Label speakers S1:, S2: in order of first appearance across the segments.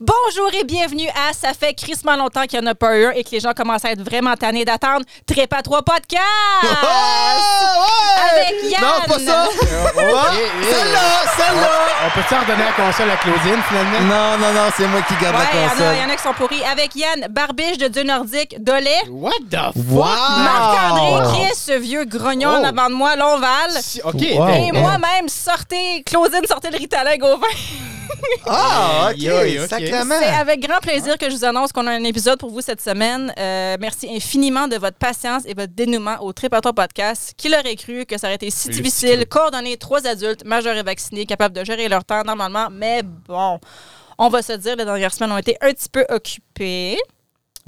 S1: Bonjour et bienvenue à Ça fait crissement longtemps qu'il n'y en a pas eu un et que les gens commencent à être vraiment tannés d'attendre. Trépa 3 Podcast! Avec Yann!
S2: Oh, Non, pas ça! Ah, Celle-là! Celle-là!
S3: Oh, On peut-tu redonner la console à Claudine, finalement?
S2: Non, non, non, c'est moi qui garde
S1: Ouais, il y
S2: la
S1: en a- il y, en
S2: console.
S1: a qui sont pourris. Avec Yann Barbiche de Dieu Nordique, Dolé.
S3: What the f...
S2: Wow!
S1: Marc-André, qui est ce vieux grognon en
S3: Oh.
S1: avant de moi, Lonval.
S3: OK.
S2: Wow.
S3: ben,
S1: Et
S2: Oh.
S1: moi-même, sortez, Claudine, sortez le Ritalin Gauvin.
S2: Ah, OK,
S3: Yeah, ok.
S2: sacrément.
S1: C'est avec grand plaisir que je vous annonce qu'on a un épisode pour vous cette semaine. Euh, merci infiniment de votre patience et votre dénouement au Tripaton Podcast. Qui l'aurait cru que ça aurait été si
S3: Le
S1: difficile, coordonner trois adultes majeurs et vaccinés, capables de gérer leur temps normalement, mais bon. On va se dire, les dernières semaines ont été un petit peu occupées.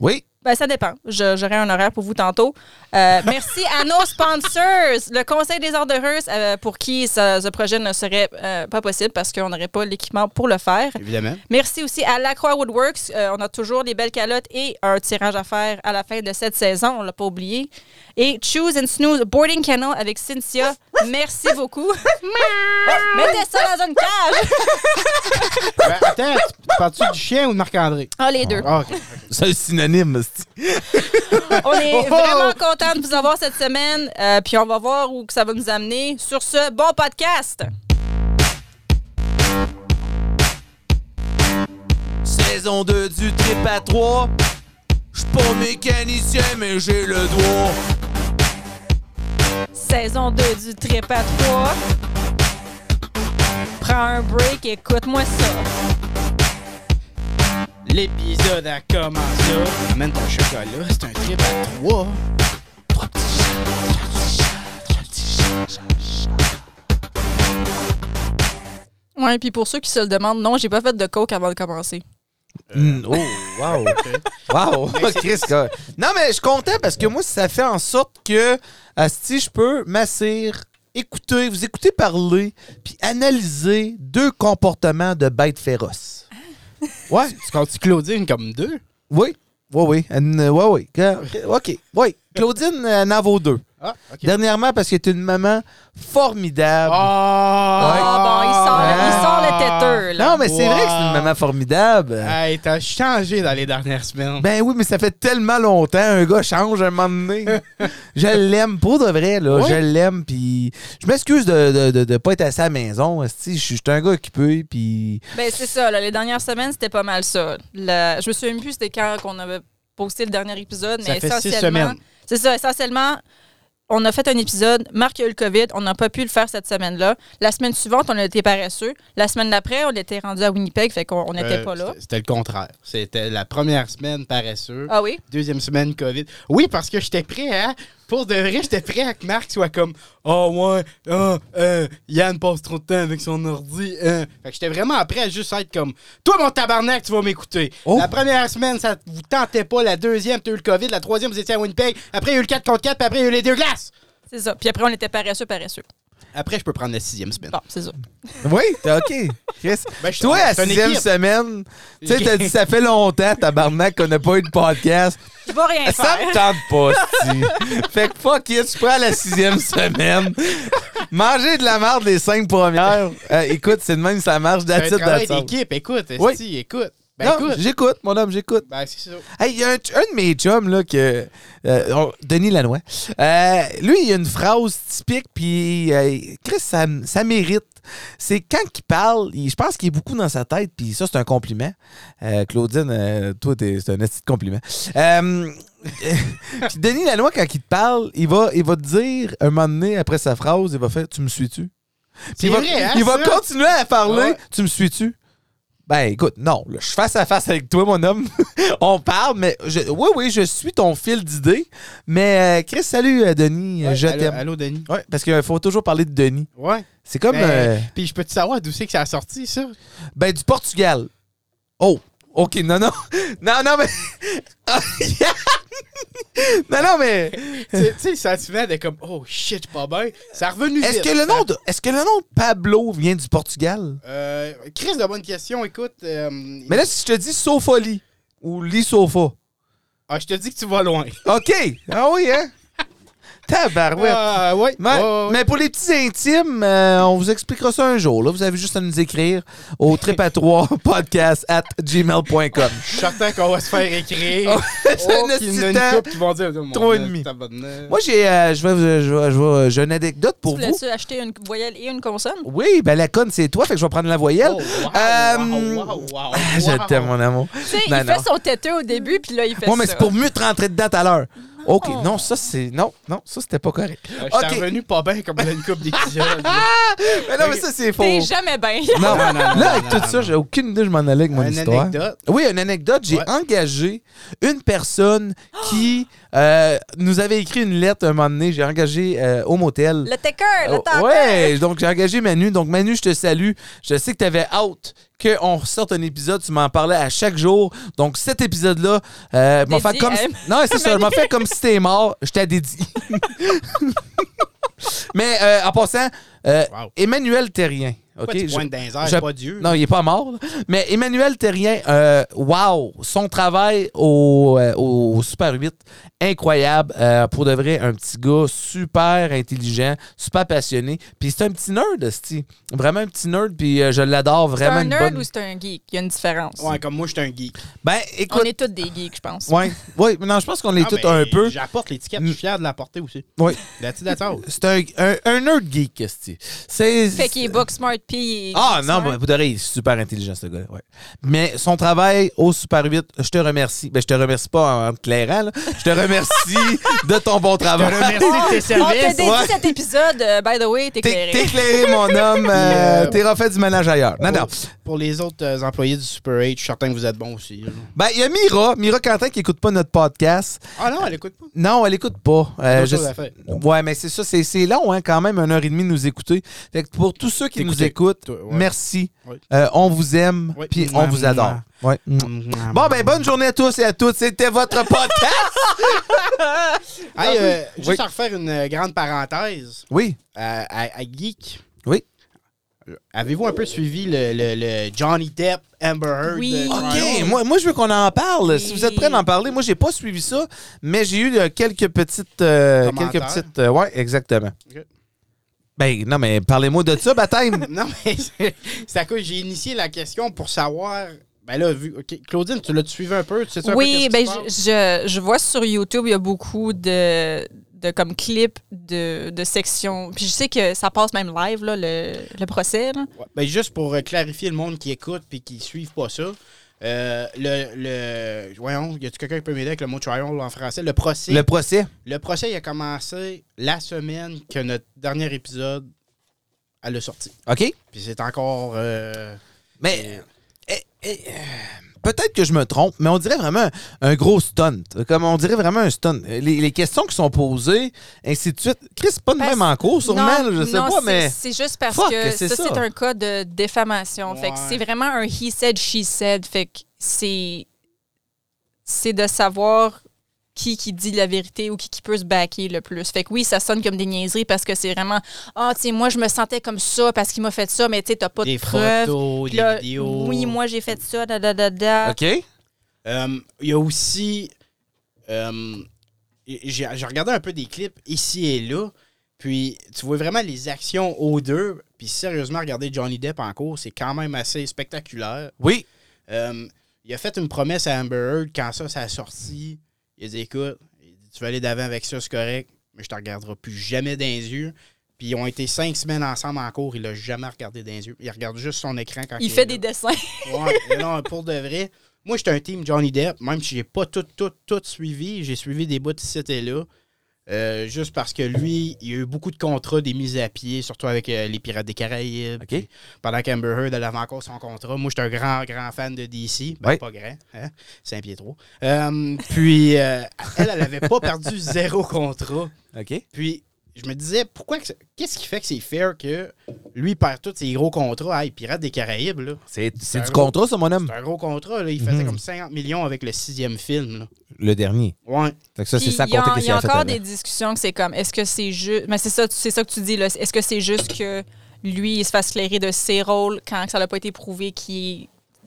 S2: Oui.
S1: Ben, ça dépend. Je- J'aurai un horaire pour vous tantôt. Euh, merci à nos sponsors, le Conseil des ordres euh, pour qui ce, ce projet ne serait euh, pas possible parce qu'on n'aurait pas l'équipement pour le faire.
S3: Évidemment.
S1: Merci aussi à Lacroix Woodworks. Euh, on a toujours des belles calottes et un tirage à faire à la fin de cette saison. On l'a pas oublié. Et Choose and Snooze Boarding Canal avec Cynthia. Merci beaucoup. Mettez ça dans une cage.
S3: Ben, attends, tu- tu parles-tu du chien ou de Marc-André?
S1: Ah, les deux.
S3: Ah, OK.
S2: C'est un synonyme.
S1: On est
S3: Oh, oh.
S1: vraiment contents de vous avoir cette semaine. Euh, puis on va voir où que ça va nous amener. Sur ce, bon podcast.
S2: Saison 2 du trip à 3. J'suis pas mécanicien, mais j'ai le doigt.
S1: Saison 2 du Trip à 3. Prends un break, écoute-moi ça.
S3: L'épisode a commencé. Amène ton chocolat, c'est un trip à trois.
S1: Ouais, puis pour ceux qui se le demandent, non, j'ai pas fait de coke avant de commencer.
S2: Mm, oh, wow. wow. Chris, quoi. Non, mais je suis content parce que moi, ça fait en sorte que, si je peux m'assir, écouter, vous écouter parler, puis analyser deux comportements de bêtes féroces. Ouais.
S3: Tu comptes-tu Claudine comme deux?
S2: Oui. Oui, oui. Une- euh, Oui, oui. Que- OK. Oui. Claudine euh, en a vaut deux.
S3: Ah, OK. Ah,
S2: Dernièrement, parce qu'elle est une maman formidable.
S1: Ah, bon, il Ah, sort, il sort le têteux, là.
S2: Ah, non, mais c'est vrai que c'est une
S3: Wow.
S2: maman formidable.
S3: Hey, t'as changé dans les dernières semaines.
S2: Ben oui, mais ça fait tellement longtemps. Un gars change un moment donné. je l'aime, pour de vrai, là.
S3: Oui.
S2: Je l'aime, puis je m'excuse de ne de, de pas être assez à la maison. esti. Je suis je suis un gars occupé, puis...
S1: Ben, c'est ça, là, les dernières semaines, c'était pas mal ça. La- je me souviens plus c'était quand qu'on avait posté le dernier épisode,
S3: Ça
S1: mais
S3: fait six
S1: essentiellement.
S3: semaines.
S1: C'est ça, essentiellement, on a fait un épisode, Marc a eu le COVID, on n'a pas pu le faire cette semaine-là. La semaine suivante, on a été paresseux. La semaine d'après, on était rendu à Winnipeg, fait qu'on on n'était
S3: Euh,
S1: pas là.
S3: c'était- C'était le contraire. C'était la première semaine paresseux.
S1: Ah oui?
S3: Deuxième semaine COVID. Oui, parce que j'étais prêt à. Pour de vrai, j'étais prêt à que Marc soit comme Oh ouais, ah, euh, Yann passe trop de temps avec son ordi. euh. Fait que j'étais vraiment prêt à juste être comme Toi, mon tabarnak, tu vas m'écouter.
S2: Oh.
S3: La première semaine, ça vous tentait pas. La deuxième, t'as eu le COVID. La troisième, vous étiez à Winnipeg. Après, il y a eu le 4 contre 4. Puis après, il y a eu les deux glaces.
S1: C'est ça. Puis après, on était paresseux, paresseux.
S3: Après, je peux prendre la sixième semaine.
S1: Bon, c'est ça.
S2: Oui, t'es OK. Chris,
S3: Ben, je-
S2: toi, à
S3: c'est une
S2: sixième
S3: équipe.
S2: semaine, tu sais, t'as dit ça fait longtemps, tabarnak, qu'on n'a pas eu de podcast.
S1: Je vais rien
S2: Ça
S1: faire.
S2: me tente pas, esti. Fait que fuck it, je prends la sixième semaine. Manger de la merde les cinq premières. Euh, écoute, c'est de même, ça marche
S3: C'est un
S2: d'attitude
S3: travail d'équipe. Écoute,
S2: Oui.
S3: esti, écoute. Ben,
S2: Non,
S3: écoute.
S2: j'écoute, mon homme, j'écoute.
S3: Ben, c'est ça.
S2: Hey, il y a un, un de mes chums, là, que, euh, on- Denis Lanois. Euh, lui, il a une phrase typique, puis euh, Chris, ça, ça mérite. C'est quand il parle, il- je pense qu'il est beaucoup dans sa tête, puis ça, c'est un compliment. Euh, Claudine, euh, toi, t'es- c'est un petit compliment. Euh, puis Denis Lanois, quand il te parle, il va, il va te dire, un moment donné, après sa phrase, il va faire Tu me suis-tu Puis
S3: C'est
S2: il va,
S3: vrai, hein,
S2: il va
S3: ça?
S2: continuer à parler
S3: Ouais.
S2: Tu me suis-tu ben écoute, non, là, je suis face à face avec toi, mon homme. On parle, mais je, oui, oui, je suis ton fil d'idées. Mais euh, Chris, salut euh, Denis, euh,
S3: Ouais,
S2: je
S3: allô-
S2: t'aime.
S3: Allô, Denis.
S2: Ouais, parce qu'il faut toujours parler de Denis.
S3: Ouais.
S2: C'est comme
S3: Ben,
S2: euh,
S3: Puis je peux-tu savoir d'où c'est que ça a sorti, ça?
S2: ben du Portugal. Oh, ok, non, non, non, non, mais Ah, yeah. non, non, mais
S3: tu sais, tu sais, le sentiment de comme, oh shit, je suis pas bien. Ça a revenu
S2: est-ce
S3: vite.
S2: que le nom de, est-ce que le nom de Pablo vient du Portugal
S3: Euh, Chris, de bonne question, écoute. euh,
S2: Mais là, si je te dis Sofoli ou Lee Sofa,
S3: ah, je te dis que tu vas loin.
S2: ok, ah oui, hein. Tabarouette.
S3: Ah, ouais.
S2: Mais,
S3: Ouais, ouais, ouais.
S2: mais pour les petits intimes, euh, on vous expliquera ça un jour. Là. Vous avez juste à nous écrire au trip à 3 podcast at gmail.com.
S3: Je suis certain qu'on va se faire écrire.
S2: C'est un
S3: Oh, qu'il y en a
S2: instant.
S3: une couple qui vont dire oh, Mon
S2: Trois et
S3: Dieu,
S2: demi.
S3: tabarnak.
S2: Moi, j'ai euh, je vais vous- je vais- je vais- j'ai une anecdote
S1: Tu
S2: pour vous.
S1: voulais-tu acheter une voyelle et une consonne?
S2: Oui, ben la conne, c'est toi, fait que je vais prendre la voyelle.
S3: Oh, wow,
S2: Euh,
S3: wow, wow, wow,
S2: Ah, Je
S3: wow. Euh,
S2: t'aime, mon amour.
S1: Tu sais,
S2: Non,
S1: il
S2: non.
S1: fait son têteux au début, puis là, il fait
S2: Moi, mais
S1: ça.
S2: c'est pour mieux te rentrer dedans tout à l'heure. OK, non, ça, c'est. Non, non, ça, c'était pas correct.
S3: Euh, Oh. Je suis
S2: Ok.
S3: revenu pas bien comme dans une couple d'épisodes.
S2: Mais non, mais ça, c'est faux.
S1: T'es jamais bien.
S2: Non,
S3: Non, non, non, non,
S2: là, avec
S3: non,
S2: tout ça,
S3: non.
S2: j'ai aucune idée, je m'en allais avec mon
S3: Une
S2: histoire.
S3: anecdote.
S2: Oui, une anecdote. J'ai
S3: Ouais.
S2: engagé une personne qui euh, nous avait écrit une lettre un moment donné. J'ai engagé euh, au motel.
S1: Le taker, le
S2: Oh,
S1: taker.
S2: ouais, donc j'ai engagé Manu. Donc Manu, je te salue. Je sais que t'avais hâte qu'on ressorte un épisode. Tu m'en parlais à chaque jour. Donc cet épisode-là, euh, m'en fait
S1: Dédié
S2: comme
S1: à
S2: si-
S1: M.
S2: non, c'est ça.
S1: Manu.
S2: M'en fait comme si t'es mort. Je t'ai dédié. Mais euh, en passant, euh,
S3: Wow.
S2: Emmanuel Terrien.
S3: Pas
S2: Ok.
S3: du
S2: Je-
S3: point d'un
S2: je-
S3: pas Dieu.
S2: non, il est pas mort. là. Mais Emmanuel Terrien, euh, wow, son travail au, euh, au Super 8, incroyable. Euh, pour de vrai, un petit gars super intelligent, super passionné. Puis c'est un petit nerd, Sti. Vraiment un petit nerd, puis euh, je l'adore
S1: C'est
S2: vraiment.
S1: un
S2: une
S1: nerd
S2: bonne-
S1: ou c'est un geek? Il y a une différence.
S3: Ouais, comme moi, je suis un geek.
S2: Ben,
S1: On
S2: écoute.
S1: est tous des geeks, je pense.
S2: Ouais, ouais, mais non, je pense qu'on est
S3: Ah,
S2: tous
S3: ben,
S2: un peu. Mm.
S3: J'apporte l'étiquette, je suis fier de la porter aussi.
S2: Ouais.
S3: That's it, that's all.
S2: C'est un, un, un nerd geek, Sti. C'est.
S1: Fait qu'il est book smart, puis il est
S2: Ah
S1: geek
S2: non,
S1: smart.
S2: ben, vous devriez, il est super intelligent, ce gars-là. ouais. Mais son travail au Super 8, je te remercie. Ben, je te remercie pas en, en te clairant, là. Je te remercie de ton bon
S3: Je te
S2: travail.
S3: remercie de tes
S1: Ah! On t'a
S3: services.
S1: dédié cet épisode, euh, by the way, t'es
S2: T'es
S1: éclairé.
S2: t'es éclairé, mon homme. Euh,
S3: Yeah.
S2: T'es refait du ménage ailleurs. Non, non.
S3: Pour, pour les autres euh, employés du Super 8, je suis certain que vous êtes bons aussi. là.
S2: Ben, il y a Mira, Mira Quentin qui écoute pas notre podcast.
S3: Ah non, elle écoute pas.
S2: Non, elle écoute pas. Euh,
S3: D'autres
S2: je-
S3: choses à faire.
S2: Ouais, mais c'est ça, c'est- c'est long, hein, quand même, une heure et demie de nous écouter. Fait que pour tous ceux qui nous
S3: T'écouter.
S2: écoutent,
S3: Toi, ouais.
S2: merci.
S3: Ouais.
S2: Euh, on vous aime,
S3: Ouais.
S2: puis on vous adore. Ouais. Bon, ben, bonne journée à tous et à toutes. C'était votre podcast.
S3: Hey, euh,
S2: Oui.
S3: Juste à refaire une euh, grande parenthèse
S2: Oui,
S3: à, à- à Geek.
S2: oui.
S3: Avez-vous un peu suivi le, le- le Johnny Depp Amber Heard?
S1: Oui.
S3: euh,
S1: Ok,
S3: trial?
S2: OK, moi, moi, je veux qu'on en parle. Si vous êtes prêts d'en parler, moi, j'ai pas suivi ça, mais j'ai eu euh, quelques petites... euh, quelques
S3: Commentaires.
S2: petites... euh, ouais, exactement.
S3: Ok.
S2: Ben, non, mais parlez-moi de ça, baptême.
S3: Non, mais c'est- c'est à quoi j'ai initié la question pour savoir. Ben là, vu, ok, Claudine, tu l'as suivi un peu? Tu sais
S1: Oui,
S3: un peu
S1: ben,
S3: qu'est-ce qui se
S1: je,
S3: passe?
S1: je, je vois sur YouTube, il y a beaucoup de, de comme clips de, de sections. Puis je sais que ça passe même live, là, le, le procès. là.
S3: Ouais, ben, juste pour euh, clarifier le monde qui écoute puis qui suivent pas ça. euh, le, le. Voyons, y a quelqu'un qui peut m'aider avec le mot trial en français? Le procès.
S2: Le
S3: Le,
S2: procès.
S3: procès, il a commencé la semaine que notre dernier épisode elle a sorti.
S2: OK?
S3: Puis c'est encore. euh,
S2: Mais... euh, euh, euh, Peut-être que je me trompe, mais on dirait vraiment un gros stunt. Comme on dirait vraiment un stunt. Les, les questions qui sont posées, ainsi de suite. Chris, pas de
S1: Parce-
S2: même en cours, sûrement,
S1: Non,
S2: je sais
S1: non,
S2: pas,
S1: c'est-
S2: mais.
S1: C'est juste parce
S2: Fuck,
S1: que
S2: c'est
S1: ça,
S2: ça.
S1: c'est un cas de défamation. Fait que
S3: Ouais.
S1: c'est vraiment un he said, she said. Fait que c'est. C'est de savoir qui qui dit la vérité ou qui qui peut se baquer le plus. Fait que oui, ça sonne comme des niaiseries parce que c'est vraiment Ah, tu sais, moi, je me sentais comme ça parce qu'il m'a fait ça, mais tu sais, t'as pas
S3: des
S1: de preuves.
S3: photos,
S1: Puis
S3: des
S1: là,
S3: vidéos.
S1: Oui, moi, j'ai fait ça, da da da da.
S2: OK?
S3: Euh, Il y a aussi. euh, J'ai j'ai regardé un peu des clips ici et là. Puis tu vois vraiment les actions aux deux. Puis sérieusement, regarder Johnny Depp en cours, c'est quand même assez spectaculaire.
S2: Oui.
S3: Euh, il a fait une promesse à Amber Heard quand ça, ça a sorti. Il a dit Écoute, il dit, tu vas aller d'avant avec ça, c'est correct, mais je te regarderai plus jamais dans les yeux. Puis ils ont été cinq semaines ensemble en cours, il l'a jamais regardé dans les yeux. Il regarde juste son écran quand il,
S1: Il fait
S3: est
S1: des
S3: là.
S1: dessins.
S3: Ouais, mais non, pour de vrai. Moi, j'étais un team Johnny Depp, même si j'ai pas tout, tout, tout suivi. J'ai suivi des bouts ici et là. Euh, juste parce que lui, il y a eu beaucoup de contrats, des mises à pied, surtout avec euh, les Pirates des Caraïbes.
S2: OK.
S3: Puis Pendant qu'Amber Heard, elle avait encore son contrat. Moi, j'étais un grand, grand fan de DC. Ben,
S2: Ouais.
S3: pas grand, hein? Saint-Pietro. Euh, puis, euh, elle, elle avait pas perdu zéro contrat.
S2: OK?
S3: Puis je me disais, pourquoi que ça- qu'est-ce qui fait que c'est fair que lui perd tous ses gros contrats à Pirates des Caraïbes? là?
S2: C'est c'est
S3: un
S2: du
S3: gros-
S2: contrat, ça, mon homme?
S3: C'est un gros contrat. Là. Il faisait
S2: Mhm.
S3: comme 50 millions avec le sixième film. Là.
S2: Le dernier.
S3: Ouais.
S2: Fait que ça,
S1: Puis
S2: c'est ça
S1: il y a,
S2: compter
S1: il y
S2: qu'est-ce qu'il
S1: a
S2: a fait
S1: encore
S2: avant.
S1: des discussions que c'est comme est-ce que c'est juste mais c'est ça tu- c'est ça que tu dis là est-ce que c'est juste que lui il se fasse clairer de ses rôles quand ça n'a pas été prouvé qu'il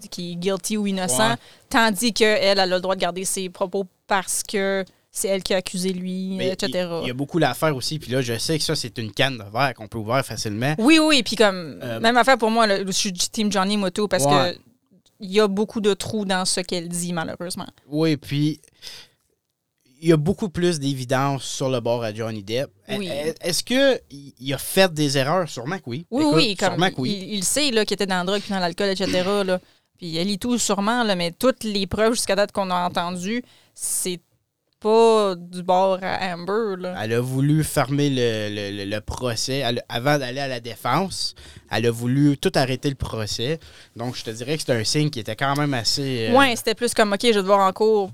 S1: est- qu'il est guilty ou innocent
S3: Ouais.
S1: tandis que elle, elle a le droit de garder ses propos parce que c'est elle qui a accusé lui,
S3: Mais
S1: etc.
S3: Il il y a beaucoup d'affaires aussi. Puis là, je sais que ça, c'est une canne de verre qu'on peut ouvrir facilement.
S1: Oui, oui, puis comme,
S3: Euh,
S1: même affaire pour moi, là, je suis du team Johnny Moto parce
S3: Ouais.
S1: que il y a beaucoup de trous dans ce qu'elle dit, malheureusement.
S3: Oui, puis il y a beaucoup plus d'évidence sur le bord à Johnny Depp.
S1: Oui.
S3: Est- Est-ce que il il a fait des erreurs? Sûrement que oui.
S1: Oui,
S3: Écoute,
S1: oui, comme
S3: Sûrement que oui.
S1: Il, il sait là, qu'il était dans la drogue, puis dans l'alcool, etc. là. Puis elle y tout, sûrement, là, mais toutes les preuves jusqu'à date qu'on a entendues, c'est pas du bord à Amber. Là.
S3: Elle a voulu fermer le, le- le- le procès Elle- avant d'aller à la défense. Elle a voulu tout arrêter le procès. Donc, je te dirais que c'est un signe qui était quand même assez. euh,
S1: Ouais, c'était plus comme, OK, je vais te voir en cours.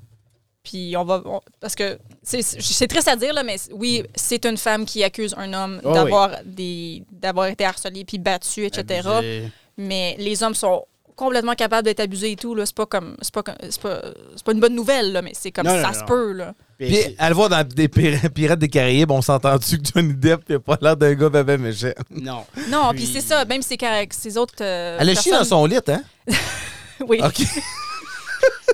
S1: Puis on va. on- parce que c'est- c'est c'est triste à dire, là, mais c- oui, c'est une femme qui accuse un homme
S3: Oh,
S1: d'avoir des d'avoir été harcelé puis battu, etc.
S3: abusé.
S1: Mais les hommes sont complètement capables d'être abusés et tout. là. C'est pas comme. C'est pas, comme- c'est pas, c'est pas une bonne nouvelle, là, mais c'est comme
S3: Non, non,
S1: ça
S3: non.
S1: se peut. Là.
S3: Puis
S2: Puis,
S3: c'est-
S2: à le voir dans des Pir- Pirates des Caraïbes, on s'entend-tu que Johnny Depp, il a pas l'air d'un gars bébé méchant?
S1: Euh,
S3: Non.
S1: Non,
S3: Puis-
S1: puis c'est ça, même ces, car- ces autres. euh,
S2: Elle a chié dans Ah.
S1: personnes-
S2: son lit, hein?
S1: Oui.
S2: OK.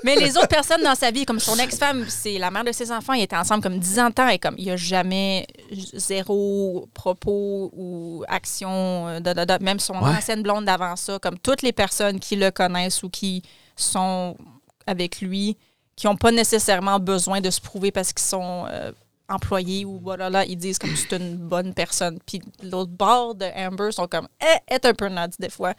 S1: Mais les autres personnes dans sa vie, comme son ex-femme, c'est la mère de ses enfants, ils étaient ensemble comme 10 ans de temps et comme il n'y a jamais zéro propos ou action, euh, da, da, da. même son
S2: Ouais.
S1: ancienne blonde d'avant ça, comme toutes les personnes qui le connaissent ou qui sont avec lui, qui n'ont pas nécessairement besoin de se prouver parce qu'ils sont euh, employés ou voilà, là, ils disent comme c'est une bonne personne. Puis l'autre bord de Amber sont comme, eh, est un peu nazi des fois.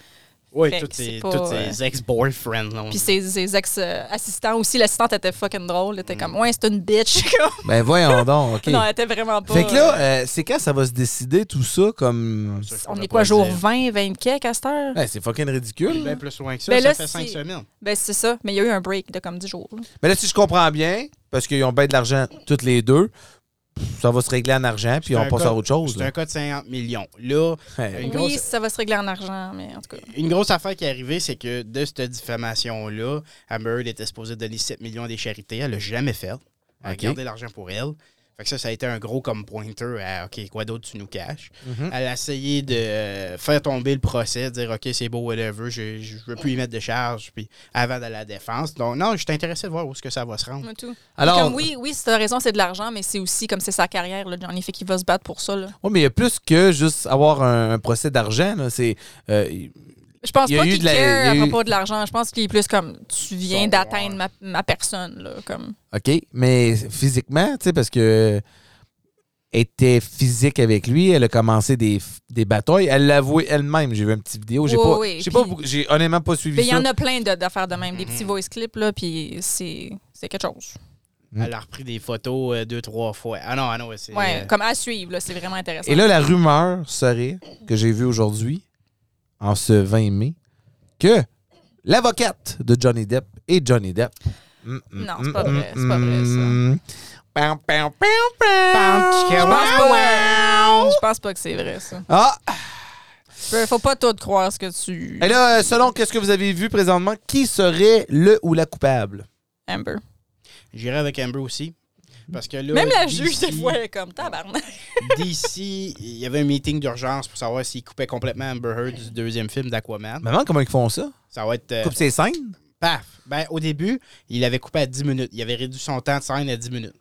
S3: Oui,
S1: Fait que
S3: tous
S1: c'est
S3: ses,
S1: pas,
S3: tous
S1: euh,
S3: ses ex-boyfriends. là, on-
S1: Puis ses, ses ex-assistants aussi, l'assistante était fucking drôle. Elle
S2: Mm.
S1: était comme, ouais, c'est une bitch.
S2: ben, voyons donc, OK.
S1: non, elle était vraiment pas.
S2: fait que là, euh, c'est quand ça va se décider, tout ça, comme...
S3: Ça, je
S1: on
S3: pourrais
S1: est quoi,
S3: pas
S1: jour
S3: dire.
S1: 20, 20 quelques à cette heure?
S2: Ben, c'est fucking
S3: C'est
S2: ridicule.
S3: bien plus loin que ça.
S1: Ben
S3: ça
S1: là,
S3: fait cinq
S1: c'est-
S3: semaines.
S1: Ben, c'est ça. Mais il y a eu un break de comme 10 jours. là.
S2: Mais là, si je comprends bien, parce qu'ils ont bien de l'argent toutes les deux, ça va se régler en argent, puis
S3: C'est
S2: on
S3: un
S2: passe
S3: cas-
S2: à autre chose.
S3: C'est
S2: là.
S3: un cas de 50 millions. Là,
S2: Ouais.
S3: Une
S1: Oui,
S3: grosse-
S1: ça va se régler en argent, mais en tout cas.
S3: une grosse affaire qui est arrivée, c'est que de cette diffamation-là, Amber était supposée donner 7 millions à des charités. Elle l'a jamais fait. Elle a
S2: Ok.
S3: gardé l'argent pour elle. Fait que ça, ça a été un gros comme pointer à OK, quoi d'autre tu nous caches. Elle a essayé de euh, faire tomber le procès, de dire OK, c'est beau, whatever, je, je veux plus y mettre de charge, puis avant d'aller à la défense. Donc, non, je suis intéressé de voir où est-ce que ça va se rendre.
S1: Moi, tout.
S2: Alors,
S1: Comme, oui, oui, c'est t'as raison, c'est de l'argent, mais c'est aussi comme c'est sa carrière, là, Johnny. Fait qu'il va se battre pour ça. Là.
S2: ouais, mais il y a plus que juste avoir un, un procès d'argent. là. C'est euh,
S1: Je pense
S2: Il y a
S1: pas
S2: eu
S1: qu'il
S2: de la-
S1: care
S2: il y a
S1: à
S2: eu-
S1: propos de l'argent. Je pense qu'il est plus comme tu viens
S3: Son-
S1: d'atteindre ma, ma personne. Là, comme.
S2: OK, mais physiquement, tu sais, parce que elle était physique avec lui, elle a commencé des, des batailles, elle l'avouait elle-même. J'ai vu une petite vidéo, j'ai
S1: Oui,
S2: pas,
S1: oui,
S2: j'ai
S1: puis-
S2: pas beaucoup- j'ai honnêtement pas suivi
S1: Mais il y
S2: ça. Mm-hmm.
S1: en a plein de- d'affaires de même, des petits voice clips, là, puis c'est c'est quelque chose.
S2: Mm.
S3: Elle a repris des photos euh, deux, trois fois. Ah non, ah non, c'est.
S1: Ouais,
S3: euh,
S1: comme à suivre, là, c'est vraiment intéressant.
S2: Et là, la rumeur serait que j'ai vue aujourd'hui, en ce 20 mai, que l'avocate de Johnny Depp est Johnny Depp. Mm, mm,
S1: Non,
S2: mm,
S1: c'est pas
S2: mm,
S1: vrai, c'est pas vrai, ça.
S2: mm. Pam, pam, pam, pam.
S3: Je
S1: Je pense
S3: pense
S1: pas, je pense pas que c'est vrai, ça.
S2: Ah!
S1: Peu- Faut pas tout croire ce que tu.
S2: Et là, euh, selon qu'est-ce que vous avez vu présentement, qui serait le ou la coupable?
S1: Amber.
S3: J'irai avec Amber aussi. Parce que là,
S1: Même la
S3: DC,
S1: juge, des fois, elle est comme tabarnak.
S3: DC, il y avait un meeting d'urgence pour savoir s'il coupait complètement Amber Heard du deuxième film d'Aquaman.
S2: Maman, comment ils font ça?
S3: Ça va être. euh,
S2: Ben, Coupe ses scènes?
S3: paf! Ben, au début, il avait coupé à 10 minutes. Il avait réduit son temps de scène à 10 minutes.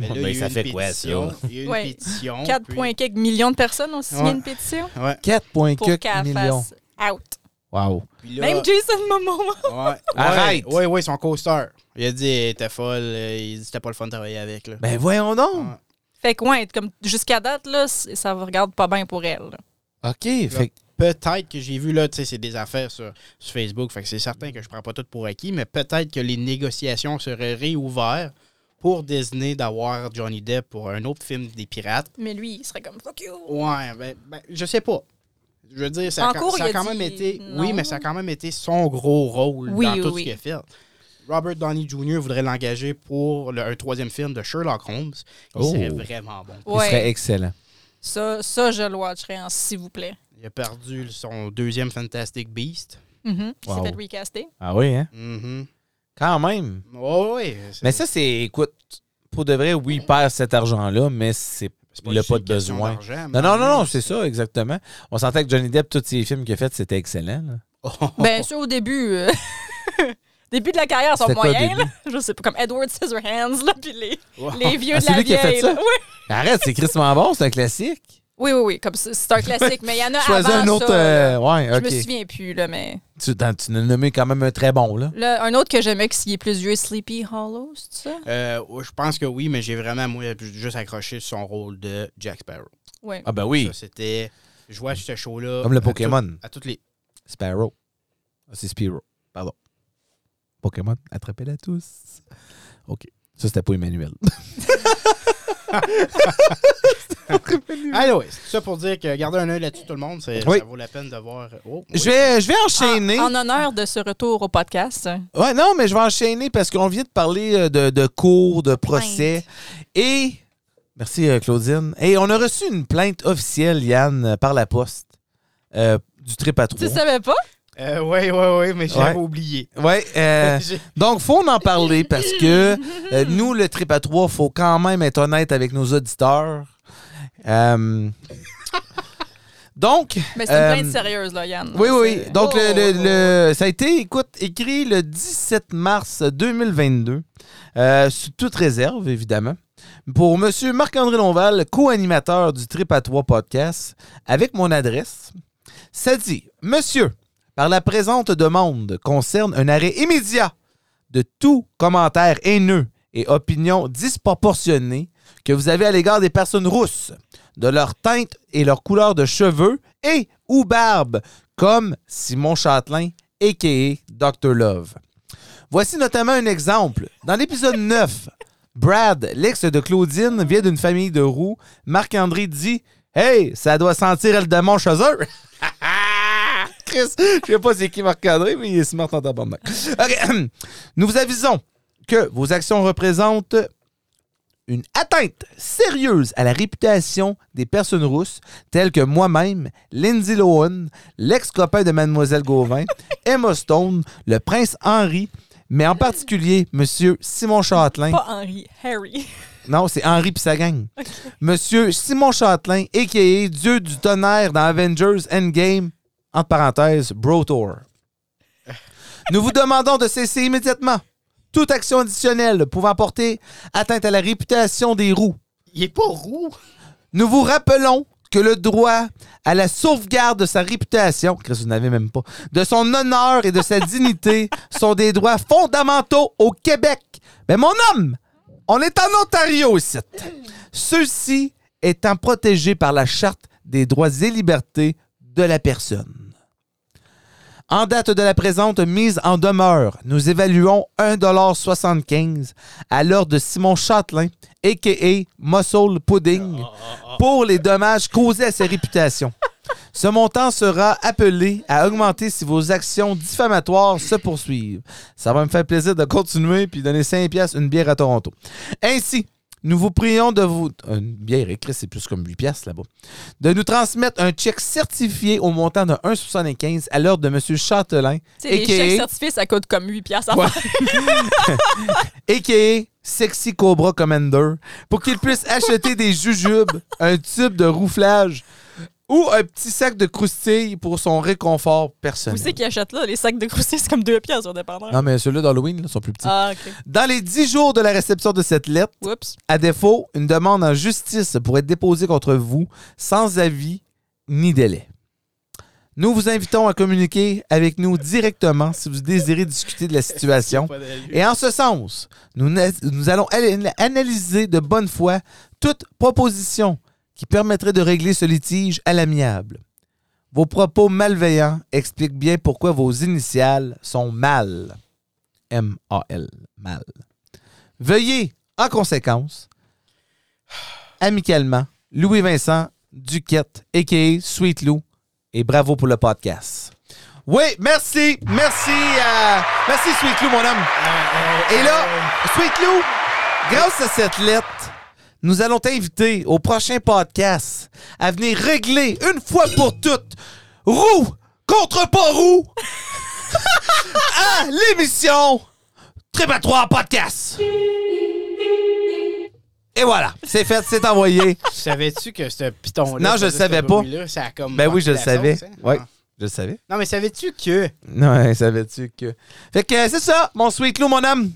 S3: Mais là,
S2: Ben,
S3: il y a eu
S2: ça
S3: une
S2: fait quoi,
S3: pétition,
S2: ça?
S3: Il y a eu une
S1: Ouais.
S3: pétition.
S1: 4
S3: puis-
S1: points quelques millions de personnes ont signé
S3: Ouais.
S1: une pétition
S3: Ouais.
S2: 4,4
S1: pour qu'elle
S2: millions.
S1: fasse out.
S2: Wow.
S3: Puis là,
S1: Même Jason Momoa.
S3: ouais, ouais,
S2: Arrête!
S3: Oui, oui, son co-star. Il a dit, t'es folle. euh, Il dit, c'était pas le fun de travailler avec. Là.
S2: Ben voyons donc.
S3: Ouais.
S1: Fait que, ouais, comme jusqu'à date, là, c- ça vous regarde pas bien pour elle. là.
S2: OK. Fait que
S3: peut-être que j'ai vu là, tu sais, c'est des affaires sur, sur Facebook, fait que c'est certain que je prends pas tout pour acquis, mais peut-être que les négociations seraient réouvertes pour Disney d'avoir Johnny Depp pour un autre film des pirates.
S1: Mais lui, il serait comme fuck you.
S3: Ouais, ben, ben, je sais pas. Je veux dire, ça, a,
S1: En cours,
S3: ça a
S1: il a
S3: quand
S1: dit
S3: même été.
S1: non.
S3: Oui, mais ça a quand même été son gros rôle
S1: Oui,
S3: dans
S1: oui,
S3: tout
S1: oui.
S3: ce qu'il a fait. Robert Downey Jr. voudrait l'engager pour le- un troisième film de Sherlock Holmes. Il
S2: Oh.
S3: serait vraiment bon.
S2: il serait
S1: Ouais.
S2: excellent.
S1: Ça, ça, je le watcherai en s'il vous plaît.
S3: Il a perdu son deuxième Fantastic Beast.
S1: Mhm. Il
S2: Wow.
S1: s'est fait recaster.
S2: Ah oui, hein?
S3: Mhm.
S2: Quand même.
S3: Ouais, ouais, c'est-
S2: Mais ça, c'est... Écoute, pour de vrai, oui, il perd cet argent-là, mais c'est...
S3: C'est
S2: Il a
S3: juste
S2: pas
S3: une
S2: de
S3: question
S2: besoin. Non,
S3: d'argent, mais-
S2: non, non, non, c'est ça, exactement. On sentait que Johnny Depp, tous ses films qu'il a fait, c'était excellent. là.
S3: Oh,
S1: Ben, ça, au début, euh, début de la carrière sont
S2: C'était quoi,
S1: moyens,
S2: début?
S1: là. Je sais pas, comme Edward Scissorhands, là, puis les,
S3: Wow.
S1: les vieux
S2: Ah,
S1: de
S2: c'est
S1: la
S2: lui qui a fait
S1: vieille.
S2: ça?
S1: là. Oui.
S2: Arrête, c'est crissement bon, c'est un classique.
S1: oui, oui, oui, comme c'est c'est un classique, mais il y en a
S2: Choisis
S1: Ah, avant
S2: un autre.
S1: ça, là.
S2: euh, ouais,
S1: Je
S2: ok.
S1: me souviens plus, là, mais...
S2: Tu, dans- tu en as nommé quand même un très bon, là.
S1: Là, un autre que j'aimais qui est plus vieux, Sleepy Hollow, c'est ça?
S3: Euh, ouais, je pense que oui, mais j'ai vraiment, moi, juste accroché sur son rôle de Jack Sparrow.
S1: Oui.
S2: Ah, ben oui.
S3: Ça, c'était. Je vois ce show-là.
S2: Comme le
S3: à tout-
S2: Pokémon.
S3: À toutes les.
S2: Sparrow. Ah, C'est Spiro. Pardon. Pokémon, attrapez-la tous. OK. Ça, c'était pas Emmanuel.
S3: Anyways, ça pour dire que garder un œil là-dessus, tout le monde, c'est-
S2: Oui.
S3: ça vaut la peine de voir. Oh, oui.
S2: Je, vais, je vais enchaîner.
S1: En, en honneur de ce retour au podcast.
S2: Ouais, non, mais je vais enchaîner parce qu'on vient de parler euh, de, de cours, de procès. Et. Merci, euh, Claudine. Et on a reçu une plainte officielle, Yann, euh, par la poste euh, du trip à
S1: Tu
S2: trois.
S1: savais pas?
S3: Euh, ouais, ouais, ouais, mais j'avais
S2: Ouais.
S3: oublié.
S2: Ouais, euh,
S3: J'ai-
S2: donc faut en parler parce que euh, nous, le trip à trois, faut quand même être honnête avec nos auditeurs. Euh, donc,
S1: Mais c'est une
S2: Euh,
S1: plainte sérieuse, là, Yann.
S2: oui, oui.
S1: C'est-
S2: oui. Donc,
S1: Oh,
S2: le, le-
S1: oh,
S2: le- ça a été, écoute, écrit le 17 mars 2022, euh, sous toute réserve, évidemment, pour M. Marc-André Lonval, co-animateur du Trip à 3 podcast, avec mon adresse. Ça dit Monsieur, par la présente demande concerne un arrêt immédiat de tout commentaire haineux et opinion disproportionnée que vous avez à l'égard des personnes rousses, de leur teinte et leur couleur de cheveux et ou barbe, comme Simon Châtelain, a.k.a. Dr. Love. Voici notamment un exemple. Dans l'épisode 9, Brad, l'ex de Claudine, vient d'une famille de roux. Marc-André dit Hey, ça doit sentir le démon chez eux. Chris, je sais pas c'est qui Marc-André, mais il est smart en tabarnak. OK. Nous vous avisons que vos actions représentent une atteinte sérieuse à la réputation des personnes rousses, telles que moi-même, Lindsay Lohan, l'ex-copain de Mademoiselle Gauvin, Emma Stone, le prince Henry, mais en particulier Monsieur Simon Châtelain.
S1: oh. Pas Henry, Harry.
S2: Non, c'est Henry pis sa gang. Monsieur Simon Châtelain, a.k.a. Dieu du tonnerre dans Avengers Endgame, en parenthèse, Bro Tour. Nous vous demandons de cesser immédiatement toute action additionnelle pouvant porter atteinte à la réputation des roues.
S3: Il est pas roux.
S2: Nous vous rappelons que le droit à la sauvegarde de sa réputation, Chris, vous n'avez même pas, de son honneur et de sa dignité sont des droits fondamentaux au Québec. Mais mon homme, on est en Ontario ici. Ceux-ci étant protégés par la Charte des droits et libertés de la personne. En date de la présente mise en demeure, nous évaluons 1,75 à l'heure de Simon Châtelain, a.k.a. Muscle Pudding, Ah. pour les dommages causés à sa réputation. Ce montant sera appelé à augmenter si vos actions diffamatoires se poursuivent. Ça va me faire plaisir de continuer puis donner 5 piastres une bière à Toronto. Ainsi, nous vous prions de vous... Une bière, écrit, c'est plus comme 8 piastres là-bas. De nous transmettre un chèque certifié au montant de 1,75 à l'heure de M. Châtelain,
S1: Tu sais, les
S2: a.k.a.
S1: chèques certifiés, ça coûte comme 8 piastres. à
S2: Ouais.
S1: faire.
S2: a.k.a. Sexy Cobra Commander, pour qu'il puisse acheter des jujubes, un tube de rouflage ou un petit sac de croustilles pour son réconfort
S1: Où c'est
S2: personnel.
S1: qu'ils achètent là? Les sacs de croustilles, c'est comme 2 piastres au dépendant.
S2: Non, mais ceux-là d'Halloween là, sont plus petits.
S1: Ah, OK.
S2: Dans les 10 jours de la réception de cette lettre,
S1: Oups.
S2: à défaut, une demande en justice pourrait être déposée contre vous sans avis ni délai. Nous vous invitons à communiquer avec nous directement si vous désirez discuter de la situation.
S3: Pas de-
S2: Et en ce sens, nous, na- nous allons al- analyser de bonne foi toute proposition qui permettrait de régler ce litige à l'amiable. Vos propos malveillants expliquent bien pourquoi vos initiales sont mal. M-A-L, mal. Veuillez, en conséquence, amicalement, Louis-Vincent Duquette, a.k.a. Sweet Lou, et bravo pour le podcast. Oui, merci, merci, euh, merci Sweet Lou, mon homme. Et là, Sweet Lou, grâce à cette lettre, nous allons t'inviter au prochain podcast à venir régler une fois pour toutes roux contre pas roux à l'émission Trip à 3 podcast. Et voilà, c'est fait, c'est envoyé.
S3: Savais-tu que ce piton-là.
S2: Non, je
S3: faisait
S2: le savais
S3: ce
S2: pas.
S3: bruit-là, ça a comme
S2: Ben oui, je le
S3: manqué la
S2: savais.
S3: sauce, hein?
S2: Ouais.
S3: Ah.
S2: Je le savais.
S3: Non, mais savais-tu que.
S2: Non, hein, savais-tu que. Fait que euh, c'est ça, mon sweet Lou, mon homme.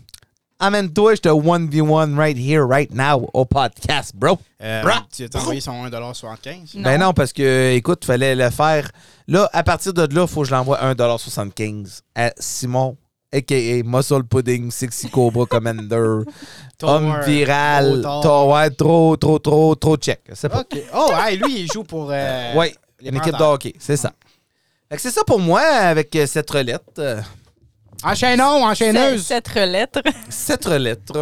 S2: Amène-toi, je te 1v1 right here, right now, au podcast, bro.
S3: euh,
S2: Bra-
S3: tu as envoyé son 1,75$.
S1: Non.
S2: Ben non, parce que, écoute, fallait le faire. Là, à partir de là, faut que je l'envoie 1,75$ à Simon, a.k.a. Muscle Pudding, Sexy Cobra Commander, Homme
S3: Tower,
S2: Viral,
S3: euh, trop tard.
S2: Tower, ouais, trop, trop, trop, trop check. C'est pas.
S3: OK. Oh, hey, lui, il joue pour. euh,
S2: ouais,
S3: les
S2: une équipe de
S3: Panthers.
S2: hockey, c'est ça. Fait que c'est ça pour moi avec euh, cette relette. euh,
S3: Enchaînons,
S1: C'est
S3: enchaîneuse.
S1: Cette lettre.
S2: cette relette.